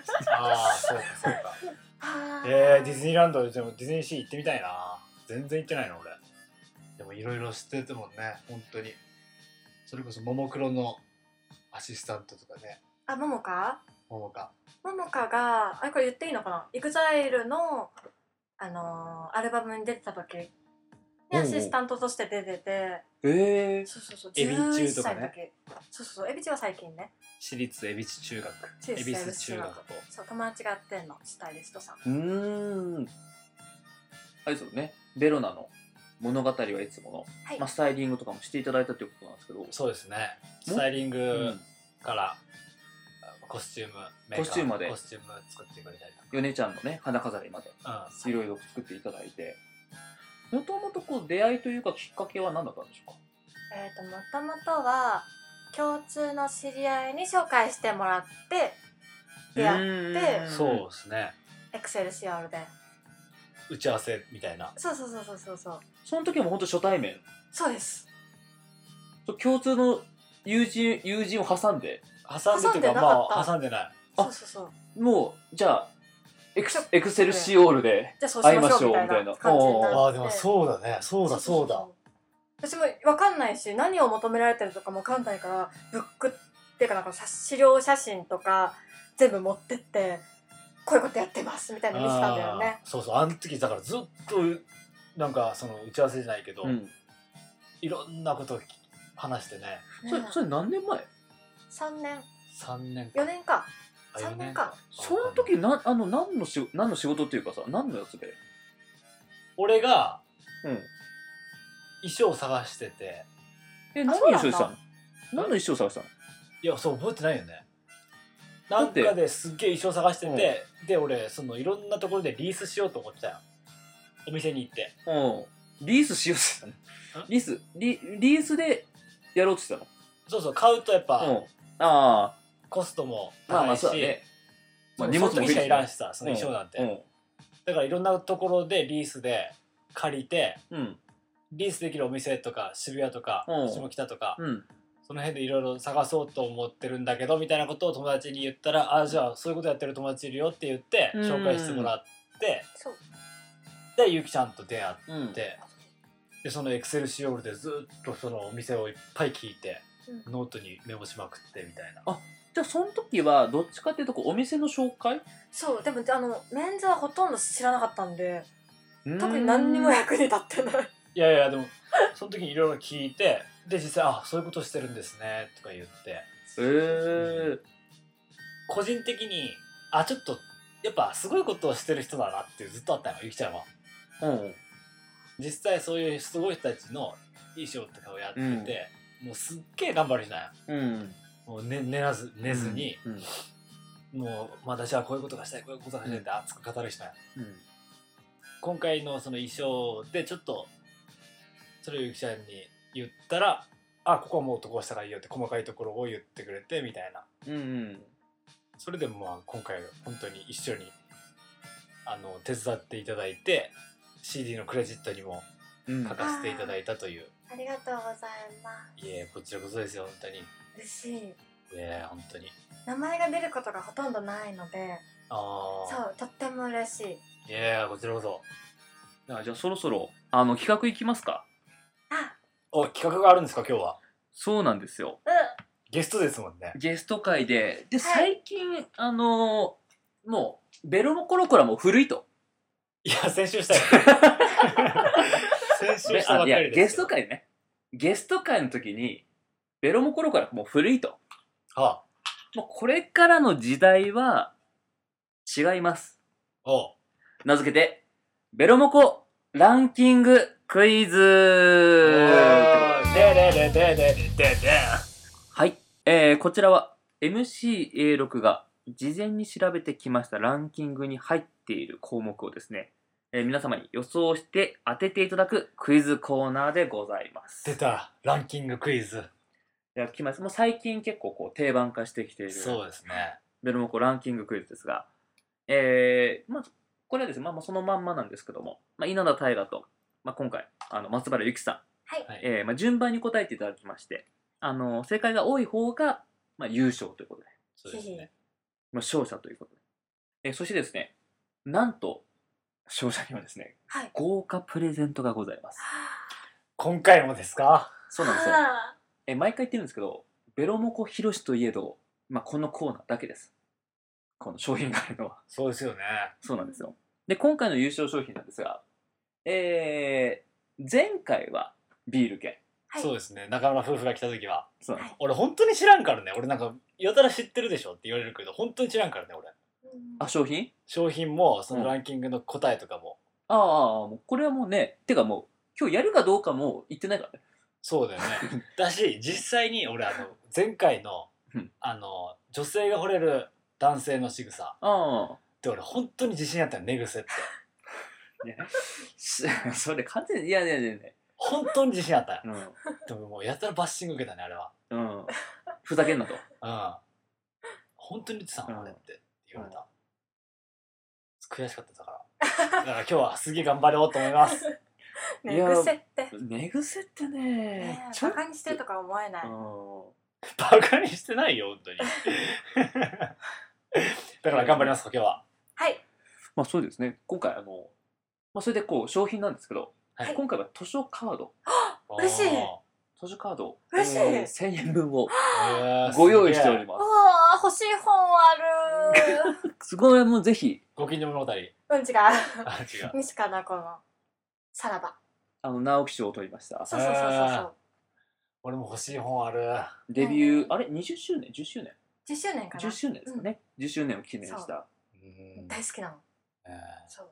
そうかそうかあえー、ディズニーランドでもディズニーシー行ってみたいな全然行ってないの俺でもいろいろ知っててもね本当にそれこそももクロのアシスタントとかねあ、ももかももかももかが、あれこれ言っていいのかな ?EXILE の、あのーアルバムに出てた時おうおにうアシスタントとして出てて、ええそうそうそう、エビ11中とか歳のね時。そうそうそう、エビチは最近ね。私立恵比寿中学そうです恵比寿中学とそう、友達がやってんの、スタイリストさん。うーんあれですよねベロナの物語はいつもの、はいまあ、スタイリングとかもしていただいたということなんですけど、そうですねスタイリンうグんからあコスチュームメーカーコスチュームまでコスチューム作ってくれたりとヨネちゃんのね花飾りまでか、いろいろ作っていただいてもともとこう出会いというかきっかけは何だったんでしょえっ、と、もともとは、共通の知り合いに紹介してもらって、う出か会っうでんんそうですね ExcelCR で。打ち合わせみたいなそうそうそうそうそうそう。その時はもう本当初対面そうです。そう共通の友人友人を挟んで挟んでっていうか挟んでなかまったあ挟んでないあそうそうそう。もうじゃあエクちょスエクセルシオールでじゃあそうしましょうみ会いましょうみたいたいなな感じになってああでもそうだねそうだそうだ私も分かんないし何を求められてるとかも分かんないからブックっていうかなんか写資料写真とか全部持ってってこういうことやってますみたいなの見せたんだよねあーそうそうあの時だからずっとなんかその打ち合わせじゃないけど、うん、いろんなことを話してねそれねそれ何年前3年3年4年かあ3年四かその時なあの何のし何の仕事っていうかさ何のやつで俺がうん衣装を探しててえあ何そうの衣装なんだしたの何の衣装探したのいやそう覚えてないよねなだんってかですっげえ衣装探してて、で俺そのいろんなところでリースしようと思ってたよお店に行ってうんリースしようとしてたのリースリリースでやろうとしてたのそうそう買うとやっうぱんあコストもあまあま高あいし、そうだねまあ荷その物も増えてき時しかたいらんしさそのうん衣装なんて、うんだからいろんなところでリースで借りてうんリースできるお店とか渋谷とかうん下北とか、うんその辺でいろいろ探そうと思ってるんだけどみたいなことを友達に言ったら「あじゃあそういうことやってる友達いるよ」って言ってうん紹介してもらってそうでゆきちゃんと出会うんうんってでそのエクセルシオールでずっとそのお店をいっぱい聞いてうんノートにメモしまくってみたいなあじゃあその時はどっちかっていうとこうお店の紹介そうでもあのメンズはほとんど知らなかったんで特特に何にも役に立ってないいやいやでも その時にいろいろ聞いてで実際「あそういうことしてるんですね」とか言ってへえ個人的にあちょっとやっぱすごいことをしてる人だなってずっとあったのゆきちゃんはうん実際そういうすごい人たちの衣装とかをやってて、もうすっげえ頑張る人なんようんもう、ね、寝らず寝ずに、うんもう私はこういうことがしたいこういうことがしたいって熱く語る人なんようん今回のその衣装でちょっとそれをゆきちゃんに言ったらあここはもう男をしたらいいよって細かいところを言ってくれてみたいなうんうんそれでもまあ今回本当に一緒にあの手伝っていただいて CD のクレジットにもうん書かせていただいたという、ありがとうございまいえこちらこそですよ本当にいす嬉しいえ本当に名前が出ることがほとんどないのであそあうとっても嬉しいいえこちらこそいやじゃあそろそろあの企画いきますかあお企画があるんですか今日はそうなんですようゲストですもんねゲスト会でではい最近あのーもうベロモコロコラもう古いといや先週したよ 先週べしたばあっいかやりですゲスト会ねゲスト会の時にベロモコロコラもう古いとはもうこれからの時代は違いますあおう名付けてベロモコランキングクイズでででででででではい、えー、こちらは MCA6 が事前に調べてきましたランキングに入っている項目をですね、えー皆様に予想して当てていただくクイズコーナーでございます。出たランキングクイズやってきます。もう最近結構こう定番化してきているそうですねベルモコランキングクイズですが、えー、まあ、これはですね、まあ、まあそのまんまなんですけども、まあ、稲田大我と、まあ、今回、あの松原由紀さん、はいはいえーまあ、順番に答えていただきまして、あの正解が多い方が、まあ、優勝ということで。そうですねまあ、勝者ということで、えーそしてですねなんと勝者にはですねはい豪華プレゼントがございます今回もですかそうなんですよ、えー毎回言ってるんですけどベロモコヒロシといえど、まあ、このコーナーだけですこの商品があるのはそうですよねそうなんですよで今回の優勝商品なんですがえー、前回はビール券はいそうですね中村夫婦が来た時はそうなんです、俺本当に知らんからね俺なんかやたら知ってるでしょって言われるけど本当に知らんからね俺うんあ商品商品もそのランキングの答えとかも、ああもうこれはもうねてかもう今日やるかどうかも言ってないからねそうだよね だし実際に俺あの前回のうんあの女性が惚れる男性の仕草ああで俺本当に自信あったの寝癖っていやそれ完全にいやいやいやいや本当に自信あったようんでももうやたらバッシング受けたねあれはうん、ふざけんなと。うん本当に言ってたうんのあれって言われた、悔しかっただからだから今日はすげえ頑張ろうと思います ね癖って寝癖ってねね、ちょっバカにしてるとか思えないと。バカにしてないよ本当にだから頑張ります今日ははいまあそうですね、今回あの、まあ、それでこう商品なんですけど、はい今回は図書カード、嬉しいお図書カード、嬉しいえー1000円分をーえーご用意しておりすげえおまー欲しい本あるす。すごい、もうぜひ、ご近所物語 うん違うあ違う西かなこのさらばあの、直木賞を取りました。そうそうそうそうそう俺も欲しい本あるデビュー、あれ ?20 周年 ?10 周年10周年かな10周年ですかね、10周年を記念したうん大好きなのえーそう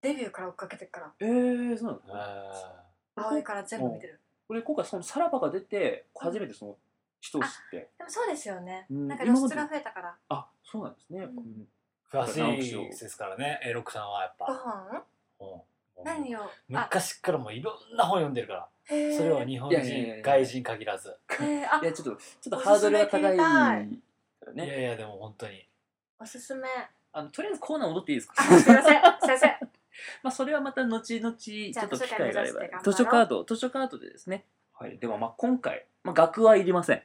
デビューから追っかけてるからえー、そうなんですねあ葵から全部見てるこれ今回そのさらばが出て初めてその人を知ってでもそうですよねうんなんか今露ま出でが増えたからあそうなんですね、うんうんー詳しいですからね A 六さんはやっごぱ、本うん何をあ昔からもういろんな本読んでるからそそれは日本いやいやいやい人や外人限らずえーあいやちょっとちょっとハードルが高いからいやねいやでも本当におすすめあのとりあえずコーナー戻っていいですかあすいません先生 まあそれはまた後々ちゃょあっと機会があれば図書館目指して頑張ろう図書カード図書カードでですね、はい、ではまあ今回、まあ、額はいりません、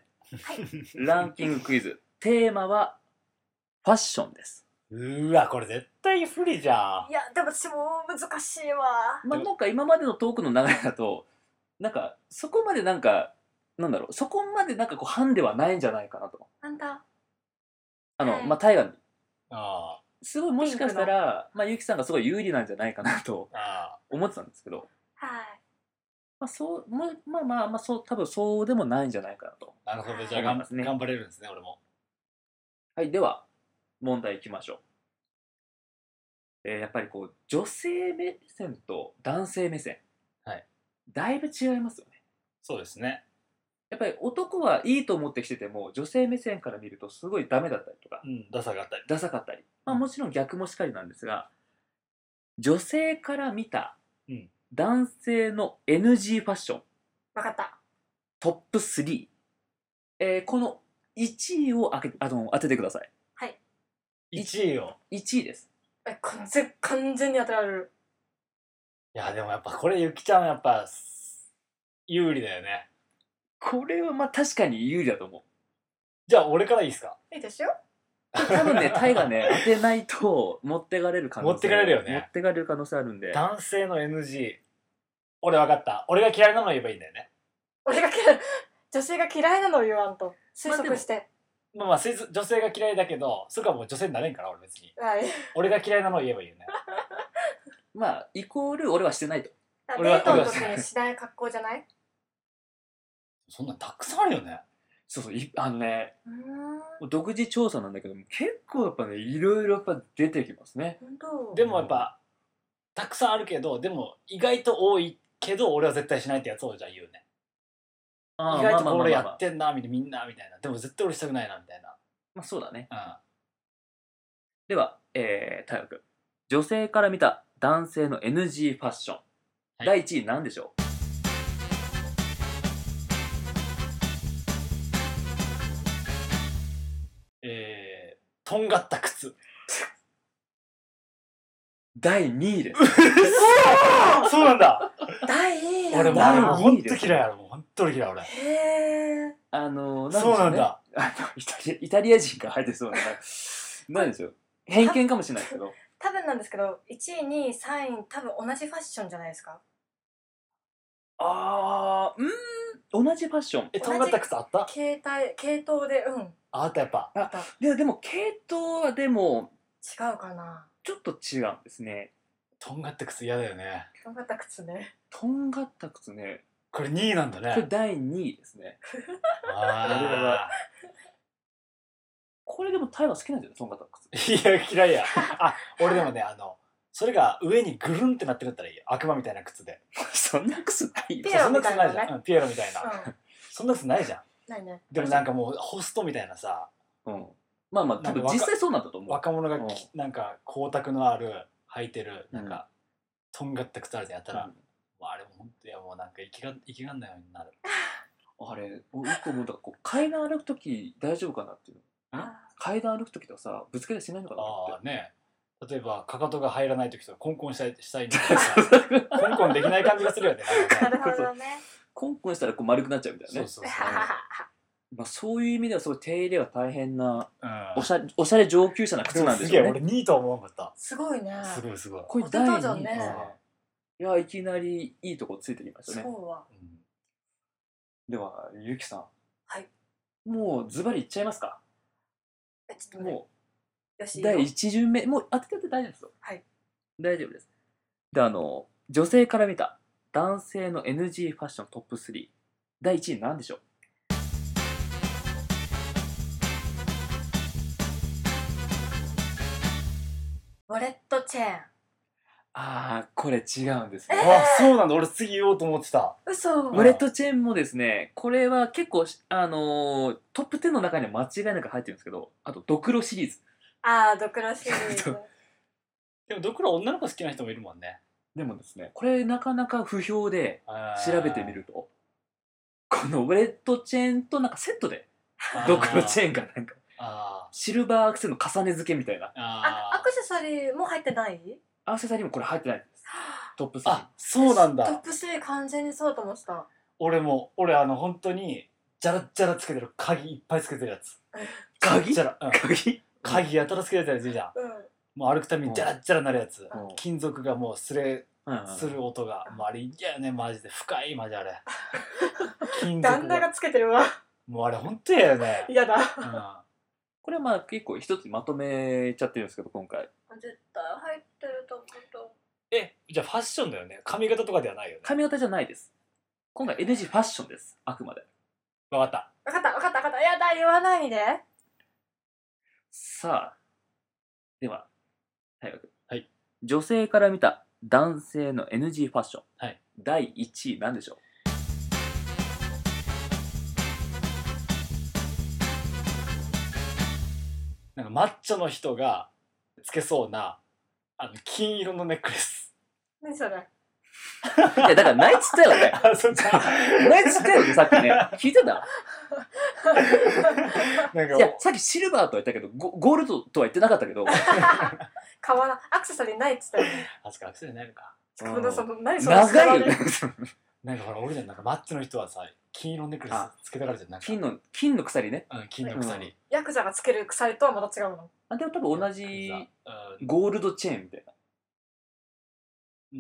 ランキングクイズテーマはファッションですうーわこれ絶対不利じゃんいやでも私も難しいわまあでなんか今までのトークの流れだとなんかそこまでなんかなんだろうそこまでなんかこうハンではないんじゃないかなとあんたあの、はいまあ大河あすごいもしかしたら、まあ、ゆきさんがすごい有利なんじゃないかなとああ思ってたんですけど、はいまあ、そうもうまあまあまあそう多分そうでもないんじゃないかなとあなるほどじゃあ頑,、ね頑張れるんですね俺もはい、では問題いきましょう。えーやっぱりこう女性目線と男性目線、はい、だいぶ違いますよね。そうですねやっぱり男はいいと思ってきてても女性目線から見るとすごいダメだったりとかうんダサかったりダサかったり、まあ、もちろん逆もしかりなんですが女性から見たうん男性の NG ファッションわかったトップ3、えーこの1位を開けあの当ててくださ1位をい1位ですえ完全完全に当てられるいやでもやっぱこれゆきちゃんはやっぱ有利だよねこれはまあ確かに有利だと 思うじゃあ俺からいいですかいいですよ多分ね、タイがね、当てないと、持ってかれる可能性持ってかれるよね持ってかれる可能性あるんで。男性の NG 俺分かった俺が嫌いなのを言えばいいんだよね俺が嫌い 女性が嫌いなのを言わんと推まあでも測して、まあまあせず女性が嫌いだけどそれからもう女性になれんから俺別にはい俺が嫌いなのを言えばいいよねまあ、イコール、俺はしてないと。デ俺はートの時にしない格好じゃないそんなんたくさんあるよねそうそう、いあのね、うーん独自調査なんだけども、結構やっぱね、いろいろやっぱ出てきますね。本当でもやっぱたくさんあるけどでも意外と多いけど俺は絶対しないってやつをじゃあ言うねあー意外とまあまあまあまあこれやってんなみたいなみんなみたいなでも絶対俺したくないなみたいまあ、そうだね。なでは、えー、タイガ君。女性から見た男性の NG ファッション。い第1位なんでしょううんえー、とんがった靴第2位です。そうなんだ第2位 俺もうなあるれほもどうほんと嫌いあれもうほんと嫌い俺へえあのー、でしょそうねなん。だあのイタリア、イタリア人が入って そうな。なんですよ。偏見かもしれないですけど。多分なんですけど1位2位3位多分同じファッションじゃないですかあー、うーん、同じファッション。えとんがった靴あった携帯系統でうんああったやっぱいや、でも、系統はでも、違うかなちょっと違うんですね。とんがった靴嫌だよね頑張った靴ねとんがった靴ね。これ2位なんだこれね第2位ですね。あこれでも、タイは好きなんじゃないとんがった靴。ーいや嫌いやあ俺でもねあのそれが上にぐるんってなってるんだったらいいよ悪魔みたいな靴でそんな靴ないよピエ。そうそんなロみた靴いなないのねじゃんうんピエロみたいなうんそんなやつないじゃん。ないねでもなんかもうホストみたいなさ、うん。まあまあ、多分実際そうなんだと思う。若者がうんきなんか光沢のある、履いてる、なんか、とんがった靴あるじゃん、やったら、うんもうあれも本当いやもうなんか生きが、生きがんないようになる。あれ、俺よく思うんだこう階段歩くとき大丈夫かなっていう。あ階段歩くときとかさ、ぶつけたりしないのかなあっあね。例えば、かかとが入らない時とか、コンコンしたい、 したいんだ て。コンコンできない感じがするよね。なんーなかねるほどねコンコンしたらこう丸くなっちゃうみたいなそうね。そうそう。はまあ、そういう意味では、すごい手入れは大変な、うんおしゃれ、おしゃれ上級者なで靴もなんですすげえ、よね。俺2位とは思わなかすごいねった。すごいすごい。これお手第登2場位でねすねいやいきなりいいとこついてきましたねそうはうんではゆきさんはいもうズバリいっちゃいますかえちょっと待ってもよしういいよ第1巡目もう当ててて大丈夫ですよはい大丈夫ですであの女性から見た男性の NG ファッショントップ3第1位なんでしょうウォレットチェーンああ、これ違うんですね。あ、そうなんだ。俺次言おうと思ってた。嘘ウォレットチェーンもですね、これは結構し、あのートップ10の中には間違いなく入ってるんですけど、あと、ドクロシリーズ。ああドクロシリーズでも、ドクロ女の子好きな人もいるもんね。でもですね、これなかなか不評で、調べてみる。ると、このウォレットチェーンとなんかセットで、ドクロチェーン。ェーンがなんか、あシルバーアクセの重ね付けみたいな。ーああアー。クセサリーも入ってないアクセサリーもこれ入ってないんです。トップ3。あ、そうなんトッだ。プ3完全にそうと思ってた俺も、俺あの、本当に、じゃらじゃらつけてる鍵いっぱいつけてるやつ。鍵じゃら、うん。鍵鍵やたらつけてるやついるじゃん。うんもう歩くたびにじゃらじゃらなるやうつん。金属がもうすれ、うんする音が。もうあれ嫌よね、マジで。深い、マジあ れ。金旦属那がが。つけてるわもうあれ本当嫌よね。嫌だうん。あこれはまあ結構一つまとめちゃってるんですけど、今回。絶対入ってると思うえ、じゃあファッションだよね。髪型とかではないよね。髪型じゃないです。今回 NG ファッションです。あくまで。わかった。分かった分かった分かったやだ言わないでさあ、では、大学。はい。女性から見た男性の NG ファッション。はい第1位なんでしょうなんかマッチョの人がつけそうな、あの、金色のネックレス。何 それいや、だからないっつったよね。 あ、そっ か。ないっつったよね、さっきね。聞いてたなんかいや、さっきシルバーとは言ったけど、ゴゴールドとは言ってなかったけど、買わなアクセサリーないっつったよねあ、そっか、アクセルないのか。うんこのその何その長いよね。なんかほら、俺じゃん、なんかマッチョの人はさ、金色のネックレあスつけたからじゃん。なんか、金の、金の鎖ね。うん、金の鎖。ヤクザがつける鎖とはまた違う のあ、でも多分同じうゴールドチェーンみたいな。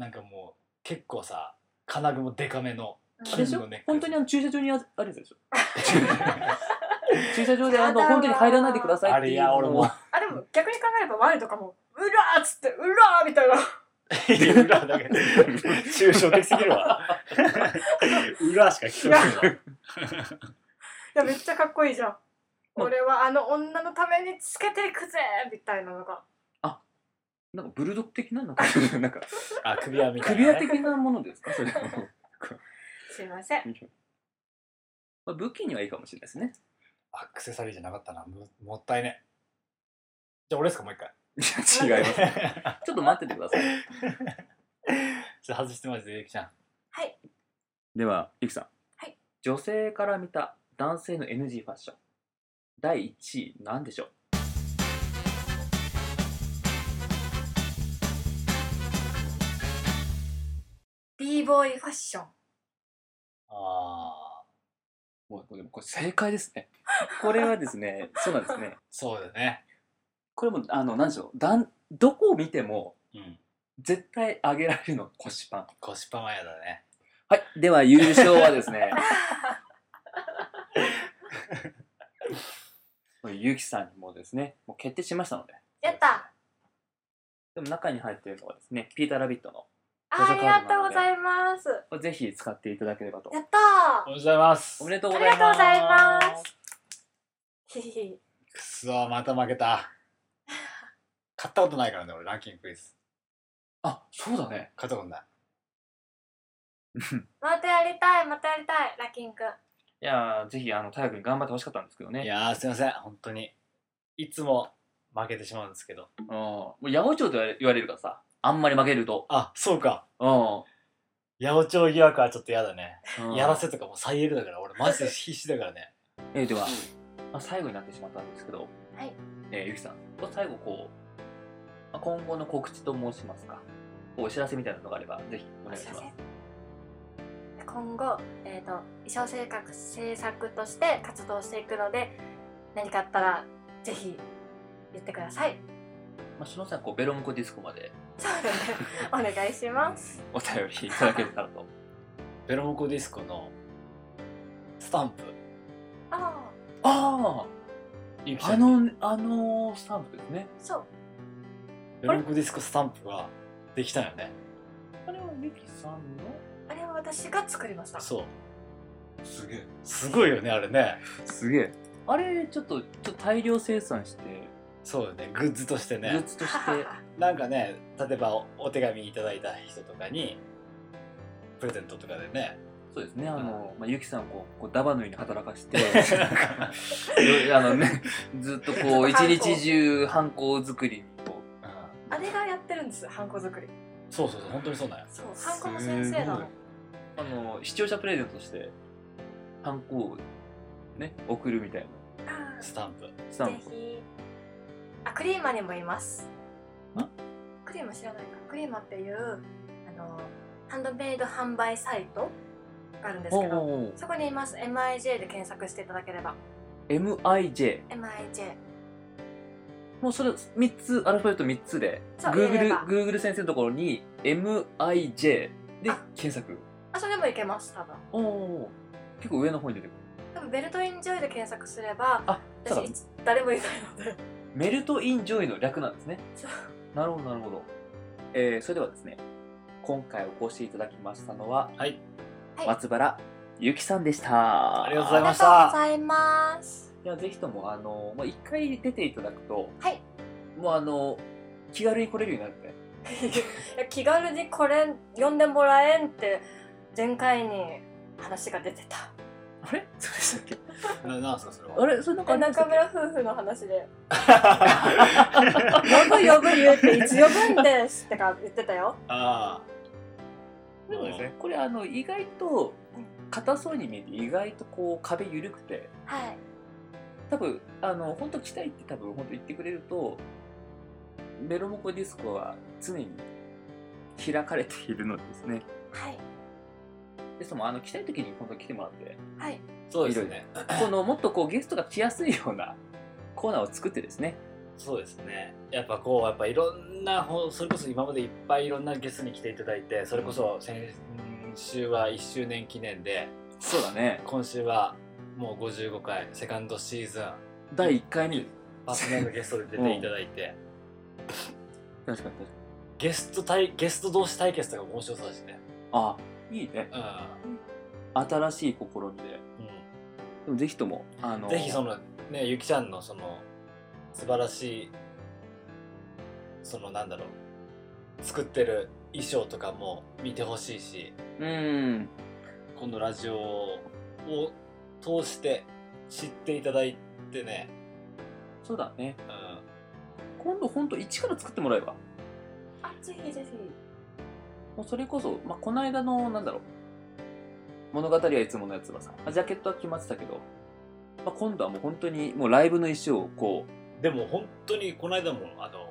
ん、なんかもう、結構さ、金具もデカめの。あれでし金ょのネックレス本当にあの駐車場にああるやつでしょ 駐車場であの本当に入らないでくださいあってれいうや、俺も。あでも逆に考えればワイルドかもうらーっつってうらーみたいな裏だけ。抽象的すぎるわ。裏しか聞こえない。いやめっちゃかっこいいじゃん、まあ俺はあの女のためにつけていくぜみたいなのがなんかブルドッグ的ななんかなん かあ、首輪みたいな、ね。首輪的なものですかそれすいません まあ武器にはいいかもしれないですねアクセサリーじゃなかったな。ももったいね。じゃあ俺ですか、もう一回。 いや違います ちょっと待っててくださいちょっと外してますで、ゆきちゃん。ではゆきさん、はい女性から見た男性の NG ファッション第1位なんでしょうビーボーイファッションああ、もうでもこれ正解ですねこれはですね そうなんですねそうだね。これもあの何でしょうだんどこを見てもうん。絶対上げられるのは腰パン腰パマやだね。はいでは優勝はです ねこれゆきさんにもですねもう決定しましたのでやったでも中に入っているのはですねピーター・ラビットのあありがとうございますこれぜひ使っていただければとやったおはようございます。おめでとうーござありいますがとうございますひひひくそ、また負けた。買ったことないからね、俺、ランキングクイズ。あそうだ ね買ったことない。またやりたいまたやりたいランキングいやーぜひあの太くん頑張ってほしかったんですけどねいやー、すいません、本当に。いつも負けてしまうんですけど。うんもう八百長と言われるからさあんまり負けるとあ、そうか。う八百長疑惑はちょっと嫌だね。ん、うんやらせとかもう最悪だから、俺、マジで必死だからね。えーでは、まあ、最後になってしまったんですけど、はいえーゆきさん、最後こう、まあ、今後の告知と申しますか、こうお知らせみたいなのがあれば、ぜひお願いします。今後、えー、と衣装制作制作として活動していくので何かあったらぜひ言ってくださいまあ、その際、こうベロムコディスコまでそうだ ねお願いしますお便りいただけたらと。ベロモコディスコのスタンプ。あああゆきあ、ちゃあんにの、あのスタンプですね。そうベロモコディスコスタンプができたよね。あれはゆきさんのあれは私が作りましたそう。すげえ。すごいよね、あれね。すげえ。あれ、ちょっと、ちょっと大量生産して、そうだねグッズとしてグねッズと してなんかね例えばおお手紙いただいた人とかにプレゼントとかでね そうですねあの、まあ、ゆきさんをこうこうダバのように働かせ てあの、ね、ずっとこう一日中犯行作りをあれがやってるんですよハンコ作りそうそうそう本当にそうなんやそうハンコの先生なのあの視聴者プレゼントとして犯行をね送るみたいなあースタンプスタンぜプひあクリーマにもいますんクリーマ知らないかクリーマっていうあのハンドメイド販売サイトがあるんですおけうどおうおうそこにいます MIJ で検索していただければ MIJ MIJ もうそれ3つアルファベット3つでそう入れ Google, れば Google 先生のところに MIJ で検索あそれでもいけます多分おお結構上の方に出てくる多分ベルトインジョイで検索すればあそう私だいつ誰もいないのでメルトインジョイの略なんですねそうなるほどなるほど、えー、それではですね今回お越しいただきましたのは、はいはい松原ゆきさんでしたありがとうございましありがとたうございますいやぜひともあのまあ、一回出ていただくと、はいもうあの気軽に来れるようになるねいや気軽にこれ呼んでもらえんって前回に話が出てたあれそうでしたっけななんすかそれはあれそれなんかありました中っけ村夫婦の話 で「呼ぶ呼ぶ言うっていつ呼ぶんです」ってか言ってたよあでもですねこれあの意外とうん硬そうに見えて意外とこう壁緩くてはい多分あの本当来たいって多分本当言ってくれるとメロモコディスコは常に開かれているのですねはいですもんあの来たい時に今度来てもらってはいあそうですねこのもっとこうゲストが来やすいようなコーナーを作ってですねそうですねやっぱこうやっぱいろんなほそれこそ今までいっぱいいろんなゲストに来ていただいてそれこそ先週は1周年記念でそうだね今週はもう55回セカンドシーズン第1回目パーソナルゲストで出ていただいて、確かに確かにゲスト対ゲスト同士対決とかも面白そうだしねあいいねうん、新しい試みでうでもぜひともあのん、ぜひそのねゆきちゃんのその素晴らしいそのなんだろう作ってる衣装とかも見てほしいしうんこのラジオを通して知っていただいてね、そうだねうん、今度本当一から作ってもらえばあぜひぜひもうそれこそ、まあ、この間のなんだろう物語はいつものやつはさまあジャケットは決まってたけど、まあ、今度はもう本当にもうライブの衣装をこでも本当にこの間もあの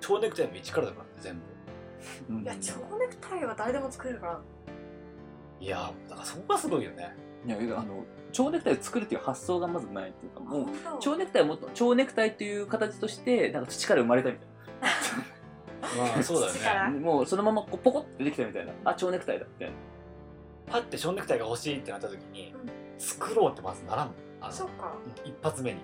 蝶ネクタイも一からだからね全部う、うんいや蝶ネクタイは誰でも作れるからいやーだからそこがすごいよねいやいやあの蝶ネクタイを作るっていう発想がまずないっていうかもう本当蝶ネクタイもっと蝶ネクタイという形としてなんか土から生まれたみたいまあそうだよね土からなもうそのままこうポコッと出てきたみたいなあ蝶ネクタイだみたいなパッて蝶ネクタイが欲しいってなった時に、うん作ろうってまずならんのあのそっか一発目に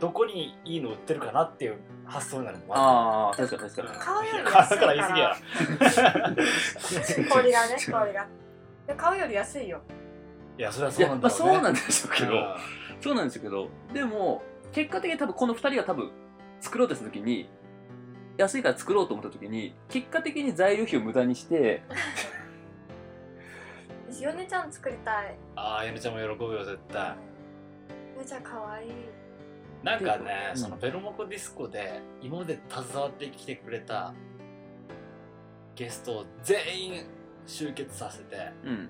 どこにいいの売ってるかなっていう発想になるのああ確かに確かに買うより買安ういかからら言い過ぎや氷 がね氷がで買うより安いよ いやそれはいそうやなんまあだろうねそうなんでしょうけど、うんそうなんですけど、でも、結果的に多分この2人が多分作ろうとした時に、安いから作ろうと思った時に、結果的に材料費を無駄にして、私ヨネちゃん作りたいああやるちゃんも喜ぶよ絶対ヨネちゃん可愛いなんかね、うんそのベロモコディスコで今まで携わってきてくれたゲストを全員集結させてうん。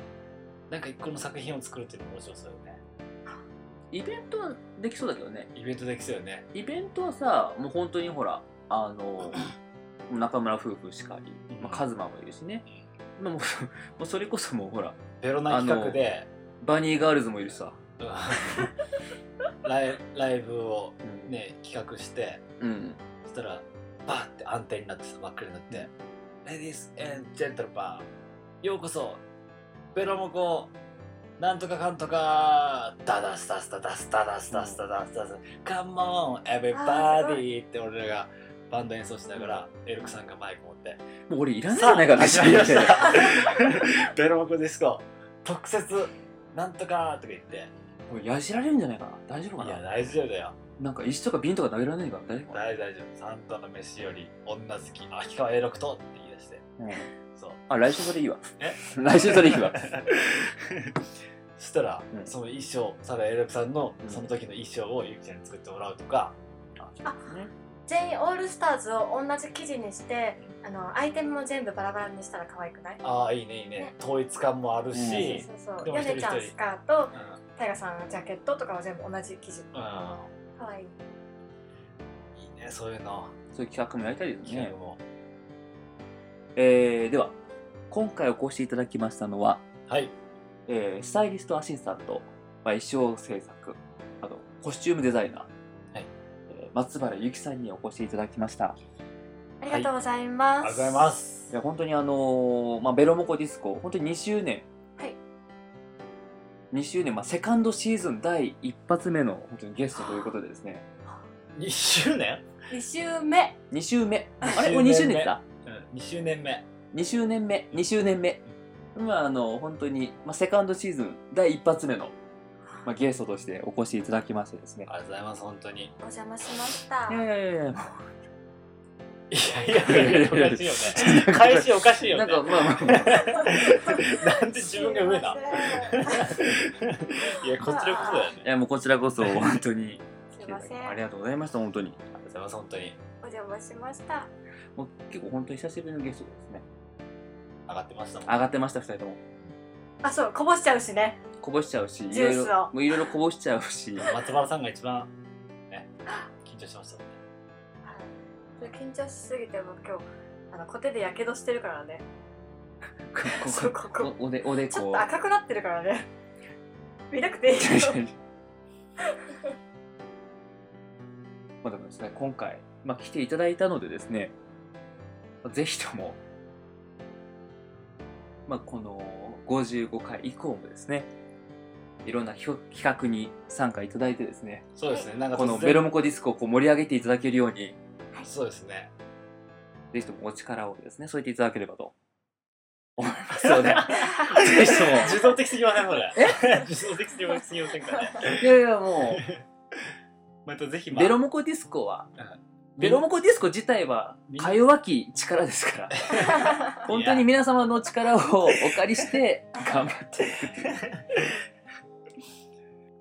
なんか一個の作品を作るっていうのも面白そうよねイベントはできそうだけどね。イベントできそうよねイベントはさ、もう本当にほら、あの、中村夫婦しかり、まあ、カズマもいるしね。まあ、もうもうそれこそもうほら、ベロな企画で、バニーガールズもいるしさ。うんライライブをね企画してうん。そしたらバーって暗転になってさ真っ暗になって「レディース・エン・ジェントルパーようこそベロモコなんとかかんとかダダスタスタダスタダスタスタダスタスカモンエビバディって俺らがバンド演奏しながらエルクさんがマイク持ってもう俺い「らないんじゃないかな、始まりましみたいなた ベロモコディスコ特設なんとか」とか言ってもうやじられるんじゃないかな。大丈夫かいなや大丈夫だよなんか石とか瓶とか投げられないからね。大丈夫サンタの飯より女好き秋川栄六とって言い出してうんそうあ、来週それいいわ。え 来週それいいわ。そしたら、うんその衣装サラエルクさんのうんその時の衣装をゆきちゃんに作ってもらうとか、全員オールスターズを同じ生地にしてあのアイテムも全部バラバラにしたら可愛くないああいいねいいねね統一感もあるし、そうそでうそうもヨ一人ネちゃん一人スカートうんタイガさんのジャケットとかは全部同じ生地う可愛いん、いいねそういうのそういう企画もやりたいです企ね画。も、えーでは、今回お越しいただきましたのは、はいえースタイリストアシスタント、まあ、衣装制作、あとコスチュームデザイナー、はいえー松原ゆきさんにお越しいただきました。ありがとうございあます、りがとうございますいや本当にあのーまあ、ベロモコディスコ本当に2周年、はい2周年、まあ、セカンドシーズン第一発目の本当にゲストということでですね2周年、 2週目2週目あ周れ年これ2周年だうん、2周年目2周年目2周年目まああの本当に、まあ、セカンドシーズン第一発目の、まあ、ゲストとしてお越しいただきましてですねありがとうございます本当にいお邪魔しましたいやいやいやいやいやいやおかしいよ ね返しおかしいやよなねんかまあまあまあなんで 自分が上ないやこちらこそだよねいやもうこちらこそ本当にすいませんありがとうございました本当にありがとうございます本当に お邪魔しましたもう結構本当に久しぶりのゲストですね上がってましたもん上がってました2人ともあそうこぼしちゃうしねこぼしちゃうし、いジュろーいスをろ、もういろいろこぼしちゃうし、松原さんが一番ね緊張しましたもんね緊張しすぎてもう今日あのコテでやけどしてるからねそうここおおでおでちょっ。こと赤くなってるからね見なくていいよ まあでもですね、今回、まあ来ていただいたのでですね、ぜひとも、まあこの55回以降もですね、いろんなひょ企画に参加いただいてですね、そうですねなんかこの突然ベロモコディスコをこう盛り上げていただけるように、そうですねぜひともお力をですね、添えていただければ と思いますので、ぜひとも。自動的すぎませんそれえ 自動的すぎませんかねいやいやもまたぜひう、 まあベロモコディスコはうん、ベロモコディスコ自体は、か弱き力ですから、本当に皆様の力をお借りして、頑張って いくっていう。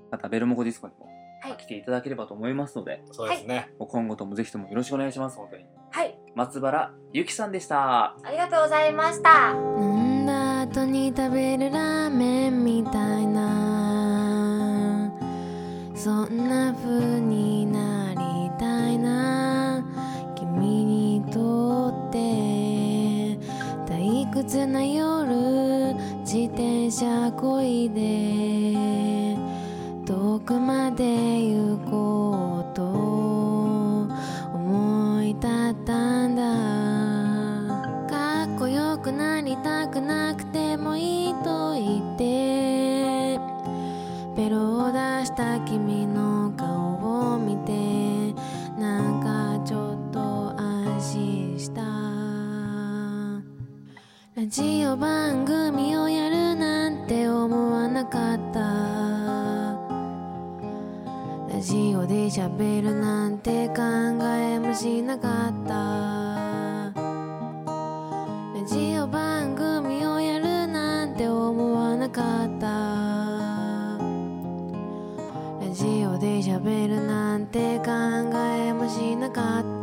またベロモコディスコにもはい来ていただければと思いますので、そうですねもう今後ともぜひともよろしくお願いします、本当に。はい松原ゆきさんでした。ありがとうございました飲んだ後に食べるラーメンみたいなそんな風になりたいな君にとって退屈な夜自転車こいで遠くまで行こうと思い立ったんだかっこよくなりたくなくてもいいと言ってベロを出した君の顔を見てなんかちょっと安心したラジオ番組をやるなんて思わなかったラジオで喋るなんて考えもしなかったラジオ番組をやるなんて思わなかったラジオで喋るなんて考えもしなかった